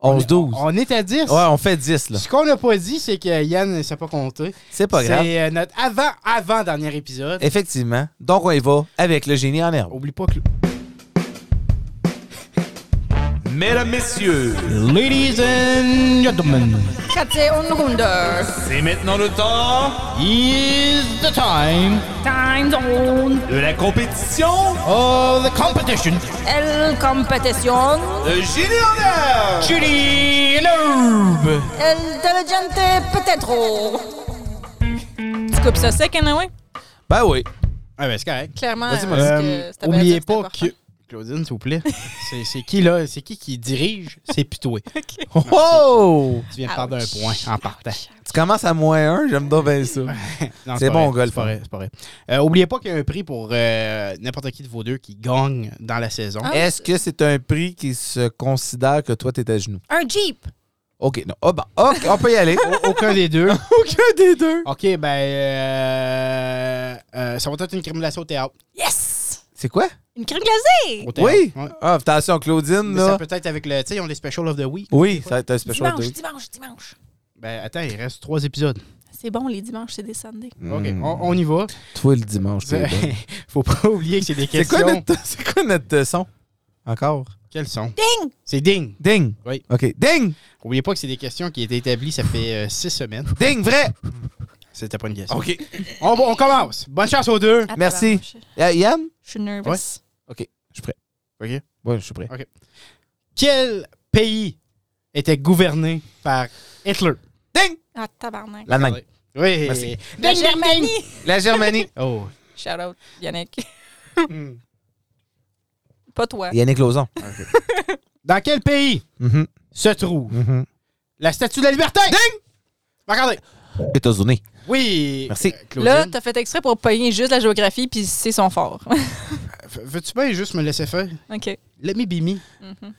S2: 11, 12. Ouais,
S3: On est à 10.
S2: on fait 10, là.
S3: Ce qu'on n'a pas dit, c'est que Yann ne sait pas compter.
S2: C'est pas grave.
S3: C'est euh, notre avant-avant-dernier épisode.
S2: Effectivement. Donc, on y va avec le génie en herbe.
S3: Oublie pas que.
S5: Mesdames, messieurs,
S3: Ladies and gentlemen,
S1: Katia Unrunder.
S5: c'est maintenant le temps
S3: is the time
S1: Time zone.
S5: de la compétition
S3: of the competition.
S1: Elle compétition.
S5: de Génie en herbe.
S3: Julie and Herb.
S1: Elle diligente peut-être. Tu coupes ça sec, anyway?
S2: Ben oui.
S3: Ah, ben, c'est correct.
S1: Clairement.
S2: Vas-y,
S1: parce
S3: Euh,
S1: que c'était bien
S3: oubliez
S1: dit que c'était
S3: pas que. Claudine, s'il vous plaît. c'est, c'est qui là C'est qui qui dirige C'est Pitoué.
S2: Oh!
S3: Tu viens de perdre un
S1: Ouch.
S3: point en partant.
S2: Tu commences à moins 1, j'aime donc bien ça.
S3: Non,
S2: C'est
S3: pas
S2: bon,
S3: vrai,
S2: gars, le
S3: C'est
S2: fun.
S3: hein. pas vrai. C'est pas vrai. Euh, oubliez pas qu'il y a un prix pour euh, n'importe qui de vos deux qui gagne dans la saison.
S1: Ah.
S2: Est-ce que c'est un prix qui se considère que toi, t'es à genoux?
S1: important. Un Jeep.
S2: OK, non. Ah ben, OK, on peut y aller.
S3: Aucun des deux.
S2: Aucun des deux.
S3: OK, ben. euh, euh, ça va être une crème glacée au théâtre.
S1: Yes!
S2: C'est quoi?
S1: Une crème glacée!
S3: Au théâtre.
S2: Oui.
S3: Ouais.
S2: Ah, attention, Claudine,
S3: Mais ça
S2: là.
S3: peut être avec le. Tu sais, ils ont des specials of the week.
S2: Oui, ça va être un special
S1: Dimanche,
S2: day.
S1: dimanche, dimanche.
S3: Ben, attends, il reste trois épisodes.
S1: C'est bon, les dimanches, c'est des Sundays.
S3: OK, on, on y va.
S2: Toi, le dimanche, t'es bon.
S3: Faut pas oublier que c'est des
S2: C'est
S3: questions.
S2: quoi notre, c'est quoi notre euh, son? Encore?
S3: Quels sont
S1: Ding!
S3: C'est ding.
S2: Ding.
S3: Oui.
S2: OK. Ding.
S3: Oubliez pas que c'est des questions qui étaient établies, ça fait euh, six semaines.
S2: Ding, vrai.
S3: C'était pas une question.
S2: OK.
S3: On, on commence. Bonne chance aux deux.
S2: Merci.
S1: Je
S2: Euh, Yann?
S1: je suis nerveuse.
S3: OK.
S2: Oui, je suis prêt.
S3: Quel pays était gouverné par Hitler?
S2: Ding.
S1: Ah, tabarnak.
S2: L'Allemagne.
S3: Oui.
S2: Merci.
S1: La Germanie!
S2: La Germanie.
S3: Oh.
S1: Shout out, Yannick.
S3: Hmm.
S1: Pas toi.
S2: Yannick Lauzon.
S3: Dans quel pays
S2: Mhm,
S3: se trouve
S2: mhm.
S3: la Statue de la Liberté? Ding! Regardez.
S2: États-Unis.
S3: Oui.
S2: Merci.
S3: Euh,
S1: Là,
S3: Claudine,
S1: t'as fait exprès pour pogner juste la géographie, puis c'est son fort.
S3: v- veux-tu bien juste me laisser faire?
S1: OK.
S3: Let me be me.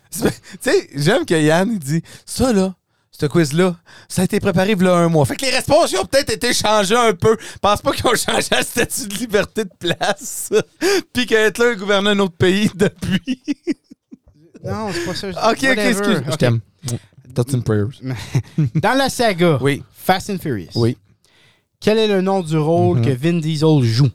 S2: Tu sais, j'aime que Yann il dit ça là, ce quiz-là, ça a été préparé il y a un mois. Fait que les réponses ils ont peut-être été changées un peu. Pense pas qu'ils ont changé la statut de liberté de place. Puis que Hitler gouvernait un autre pays depuis.
S3: Non, c'est pas ça.
S2: Ok, ok,
S3: Whatever.
S2: excuse. Je
S3: Ok.
S2: t'aime. Thoughts and prayers.
S3: Dans la saga
S2: Oui.
S3: Fast and Furious,
S2: Oui.
S3: quel est le nom du rôle
S2: Mhm.
S3: que Vin Diesel joue?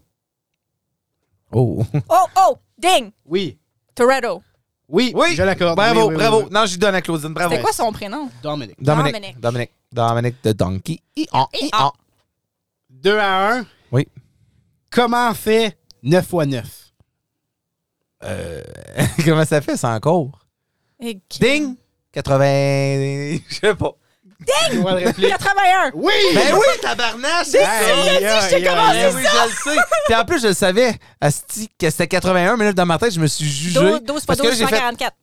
S2: Oh.
S1: Oh, oh, ding!
S3: Oui.
S1: Toretto.
S2: Ah
S3: Oui,
S2: Oui.
S3: je l'accorde.
S2: Bravo,
S3: Oui, oui, oui,
S2: bravo.
S3: oui.
S2: Non, j'y donne à Claudine. Bravo.
S1: C'était quoi son prénom?
S3: Dominic.
S2: Dominique.
S1: Dominique.
S2: Dominique. Dominique de Donkey. I-on, I-on.
S3: 2 à 1.
S2: Oui.
S3: Comment fait 9 x 9?
S2: Euh, Comment ça fait, ça encore?
S1: Et-
S2: Ding! 80. Je sais pas.
S3: Je dois le rappeler.
S1: 81!
S3: Oui!
S2: Ben oui, tabarnache!
S1: J'ai
S2: Hey,
S1: su, j'ai
S3: aïe,
S1: su, j'étais
S3: aïe,
S1: commencé
S2: Ben oui, je le sais. Puis en plus, je le savais, Asti, que c'était 81 minutes dans ma tête, je me suis jugé.
S1: 12, 12 pas
S2: parce que
S1: 12,
S2: j'ai fait.
S1: 144.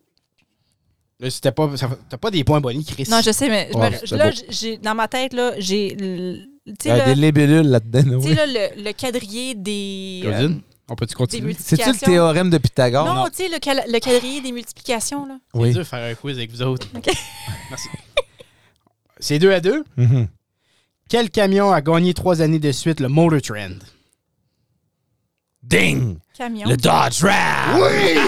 S3: Là, c'était pas, ça- t'as pas des points bonus, Chris.
S1: Non, je sais, mais je me-
S2: Ouais, c'est
S1: là,
S2: beau.
S1: j'ai- dans ma tête, là, j'ai. l- Tu
S2: Il y a
S1: sais,
S2: des
S1: là,
S2: libellules là-dedans.
S1: tu
S2: oui.
S1: sais, là, le, le quadrillé des. euh,
S3: Claudine, on peut-tu
S1: des
S3: continuer?
S2: C'est-tu
S1: multiplications.
S2: le théorème de Pythagore?
S1: Non, tu sais, le, cal- le quadrillé des multiplications, là.
S3: C'est
S2: Oui.
S3: dur de faire un quiz avec vous autres.
S1: OK.
S3: Merci. C'est 2 à 2.
S2: Mhm.
S3: Quel camion a gagné trois années de suite le Motor Trend?
S2: Ding!
S1: Camion.
S2: Le Dodge Ram! Oui!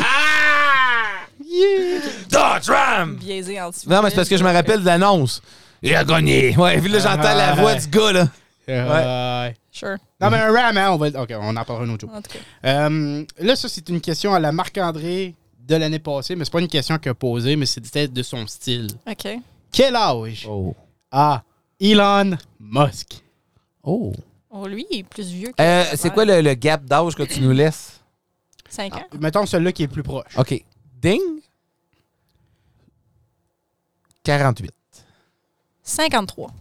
S2: Dodge Ram!
S1: biaisé en dessous.
S2: Non, mais c'est parce que je me rappelle de l'annonce. Il a gagné. Ah, Ouais, puis là, j'entends la voix du gars, là.
S3: Euh,
S1: Sure.
S3: Non, mais un RAM, hein, on va... OK, on en parlera un autre jour.
S1: En tout cas.
S3: Euh, là, ça, c'est une question à la Marc-André de l'année passée, mais c'est pas une question qu'il a posée, mais c'était de son style.
S1: OK.
S3: Quel âge
S2: Oh.
S3: a Elon Musk?
S2: Oh.
S1: Oh, lui, il est plus vieux que.
S2: Euh, c'est quoi le, le gap d'âge que tu nous laisses?
S1: 5 ans?
S3: Ah. Mettons celui-là qui est le plus proche.
S2: OK. Ding! 48.
S1: 53.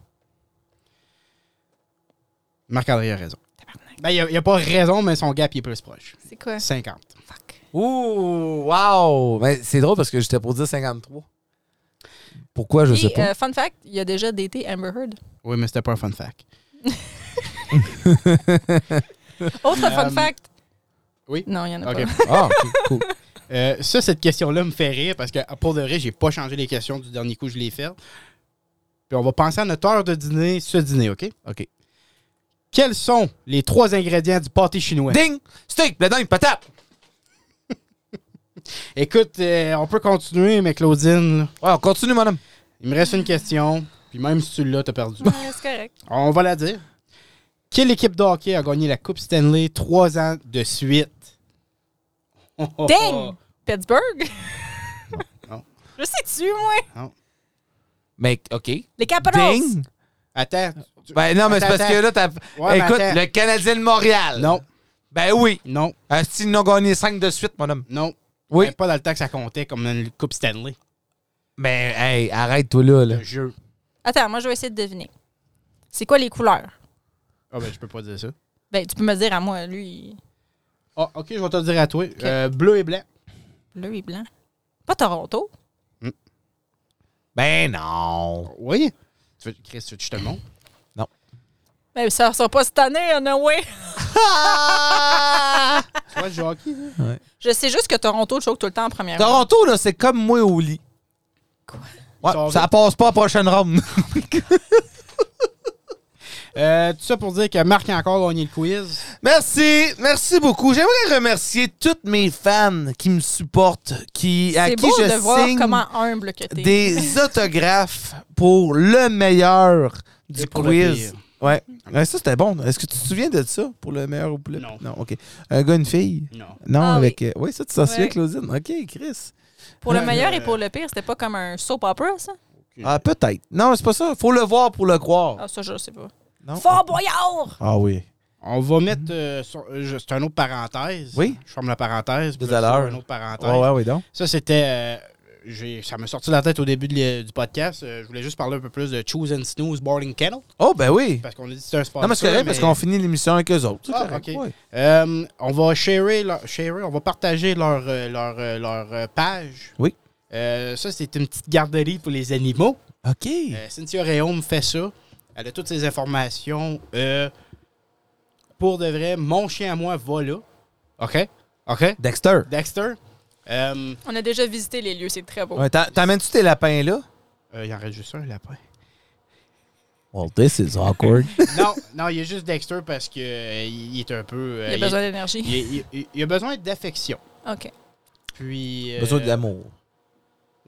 S3: Marc-André a raison.
S1: Tabarnak.
S3: Ben, il a- il a, pas raison, mais son gap il est plus proche.
S1: C'est quoi?
S3: 50.
S1: Fuck.
S2: Ouh, wow! Ben, c'est drôle parce que j'étais pour dire 53. Pourquoi, je
S1: Et,
S2: sais pas.
S1: euh, fun fact, il a déjà daté Amber Heard.
S3: Oui, mais c'était pas un fun fact.
S1: Autre fun
S3: Euh,
S1: fact.
S3: oui?
S1: Non, il y en a
S3: OK.
S1: pas.
S2: Ah, ok, cool.
S3: Euh, ça, cette question-là me fait rire parce que pour de vrai, j'ai pas changé les questions du dernier coup que je l'ai fait. Puis on va penser à notre heure de dîner, ce dîner, OK?
S2: OK.
S3: Quels sont les trois ingrédients du pâté chinois?
S2: Ding! Steak, blé dingue, patate!
S3: Écoute, euh, on peut continuer, mais Claudine, là,
S2: Ouais, on continue, mon homme.
S3: il me reste une question. Puis même si tu l'as, t'as perdu.
S1: Ouais, c'est correct.
S3: on va la dire. Quelle équipe de hockey a gagné la Coupe Stanley trois ans de suite?
S1: Ding! Pittsburgh?
S3: Non.
S1: Je sais-tu, moi?
S2: Mais, OK.
S1: Les Capitals?
S2: Ding!
S3: Attends. tu-
S2: Ben non, mais c'est
S3: Attends,
S2: parce que là, t'as.
S3: Ouais, mais
S2: Écoute,
S3: attends.
S2: le Canadien de Montréal.
S3: Non,
S2: Ben oui.
S3: non,
S2: Asti, ils n'ont gagné 5 de suite, mon homme.
S3: non.
S2: Oui.
S3: Ben, Pas dans le temps que ça comptait comme une Coupe Stanley.
S2: Mais, ben, hey, arrête-toi là, là.
S3: Le jeu.
S1: Attends, moi, je vais essayer de deviner. C'est quoi les couleurs?
S3: Ah ben, je peux pas dire ça.
S1: Ben, tu peux me dire à moi, lui,
S3: Ah, ok, je vais te le dire à toi. Euh, bleu et blanc.
S1: bleu et blanc. Pas Toronto.
S2: Ben non.
S3: Oui. Tu veux, Chris, tu veux que je te le montre?
S1: Ben, ça ne sera pas cette année, en way.
S3: Tu vois, le jeu hockey, là?
S1: Je sais juste que Toronto choque tout le temps en première ronde.
S2: Toronto, là, c'est comme moi au lit.
S3: Ils
S2: Ouais,
S3: sont
S2: ça
S3: vite.
S2: passe pas à la prochaine ronde.
S3: Euh, tout ça pour dire que Marc a encore gagné le quiz.
S2: Merci, merci beaucoup. J'aimerais remercier toutes mes fans qui me supportent, qui, à
S1: C'est
S2: qui
S1: beau
S2: je
S1: de voir
S2: signe
S1: comment humble que t'es.
S2: des autographes pour le meilleur du
S3: Et pour le
S2: quiz.
S3: pire.
S2: Ouais. Ouais, ça c'était bon. Est-ce que tu te souviens de ça pour le meilleur ou pour le
S3: Non.
S2: Non, OK. Un gars, une fille.
S3: Non.
S2: Non,
S1: Ah,
S2: avec. euh, Oui, ça, tu t'en souviens,
S1: Ouais.
S2: Claudine. OK, Chris.
S1: Pour le
S3: Ouais,
S1: meilleur
S3: euh,
S1: et pour le pire, c'était pas comme un soap opera, ça?
S3: Mm.
S2: Ah, peut-être. Non, c'est pas ça. Faut le voir pour le croire.
S1: Ah, ça, je sais pas.
S2: Non?
S1: Fort Boyard!
S2: Ah oui.
S3: On va mettre. euh, sur- euh, je- c'est un autre parenthèse.
S2: Oui.
S3: Je ferme la parenthèse. puis
S2: Tout
S3: là,
S2: à
S3: je ferme
S2: l'heure.
S3: Une autre parenthèse.
S2: Ouais, ouais, oui, donc.
S3: Ça, c'était. euh, j'ai- ça m'a sorti de la tête au début de l'e- du podcast. Euh, je voulais juste parler un peu plus de Choose and Snooze Boarding Kennel.
S2: Oh, ben oui.
S3: Parce qu'on a dit que c'était un sport.
S2: Non, mais c'est correct parce qu'on finit l'émission avec eux autres. C'est
S3: Ah,
S2: correct,
S3: ok.
S2: ouais.
S3: Euh, on va sharer, leur- sharer, on va partager leur, euh, leur, euh, leur, euh, page.
S2: Oui.
S3: Euh, ça, c'est une petite garderie pour les animaux.
S2: OK.
S3: Euh, Cynthia Réaume fait ça. Elle a toutes ses informations. Euh, pour de vrai, mon chien à moi va là. OK? OK?
S2: Dexter.
S3: Dexter? Euh,
S1: On a déjà visité les lieux, c'est
S3: oh.
S1: très beau.
S2: Ouais, t'en- T'emmènes-tu tes lapins là?
S3: euh, il en reste juste un lapin.
S2: Well, this is awkward.
S3: non, non, il y a juste Dexter parce que euh, il il est un peu. euh,
S1: Il a besoin d'énergie.
S3: il- il- il- il a besoin d'affection.
S1: OK.
S3: Puis. euh,
S2: Besoin de l'amour.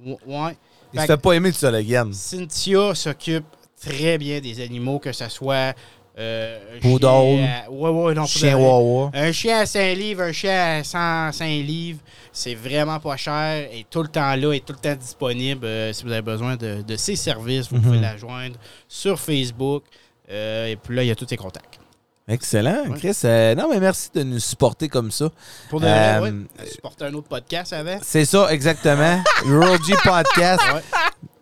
S3: Ou- Ouais.
S2: Il
S3: Fait
S2: se
S3: que
S2: fait pas aimer tout seul, Yann.
S3: Cynthia s'occupe très bien des animaux, que ce soit. Euh,
S2: Poodle,
S3: chien à- Ouais, ouais, non, pas
S2: Chien
S3: de-
S2: Wawa.
S3: Un chien à 5 livres, un chien à 105 livres, c'est vraiment pas cher et tout le temps là et tout le temps disponible. Euh, si vous avez besoin de, de ses services,
S2: Mm-hmm.
S3: vous pouvez la joindre sur Facebook. Euh, et puis là, il y a tous ses contacts.
S2: Excellent,
S3: Ouais.
S2: Chris. euh, non, mais merci de nous supporter comme ça.
S3: Pour de vrai,
S2: Euh,
S3: ouais, supporter un autre podcast avec.
S2: C'est ça, exactement. Rural G Podcast,
S3: Ouais.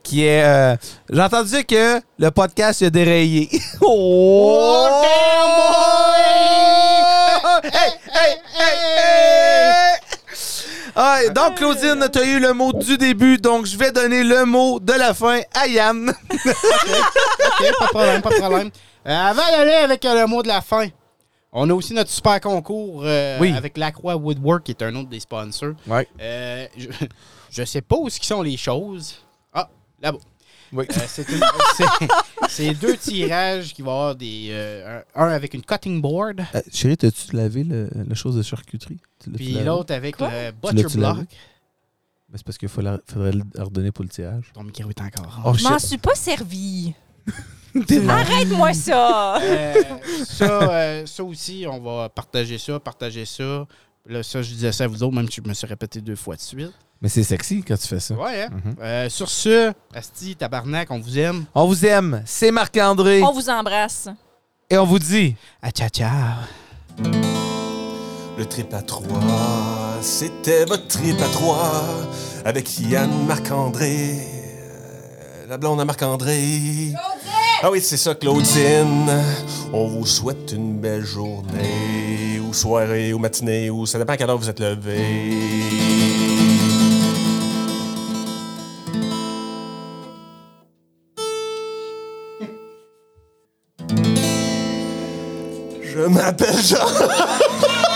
S2: qui est... euh, J'ai entendu dire que le podcast il a déraillé. oh, damn boy! Hey, hey, hey, hey! Ah, et donc, Claudine, tu as eu le mot du début, donc je vais donner le mot de la fin à Yann.
S3: OK, pas de problème, pas de problème. Euh, avant d'aller avec euh, le mot de la fin, on a aussi notre super concours euh,
S2: Oui.
S3: avec Lacroix Woodwork, qui est un autre des sponsors.
S2: Ouais.
S3: Euh, je, je sais pas où ce qui sont les choses. Ah, là-bas.
S2: Oui.
S3: Euh, c'est une- c'est- c'est deux tirages qui vont avoir des. euh, un, un avec une cutting board,
S2: Euh, chérie, t'as-tu lavé le, chose de charcuterie?
S3: puis l'autre avec
S1: Quoi?
S2: Tu
S3: le
S2: l'as-tu
S3: butcher block.
S2: lavé? C'est parce qu'il faudrait le redonner pour le tirage.
S3: Ton micro est encore. en.
S2: Oh,
S1: Je m'en suis pas servi.
S2: T'es mal.
S1: Arrête-moi ça!
S3: Euh, ça, euh, ça aussi, on va partager ça, partager ça. Là, ça, je disais ça à vous autres, même si je me suis répété deux fois de suite.
S2: Mais c'est sexy quand tu fais ça.
S3: Ouais, hein?
S2: Mhm.
S3: Euh, sur ce, Asti, Tabarnak, on vous aime.
S2: On vous aime, c'est Marc-André
S1: On vous embrasse.
S2: et on vous dit
S3: À ciao, ciao.
S6: Le trip à trois, c'était votre trip à trois avec Yann Marc-André. euh, La blonde à Marc-André. Ah oui, c'est ça, Claudine. On vous souhaite une belle journée, ou soirée, ou matinée, ou ça dépend à quelle heure vous êtes levé. Je m'appelle Jean.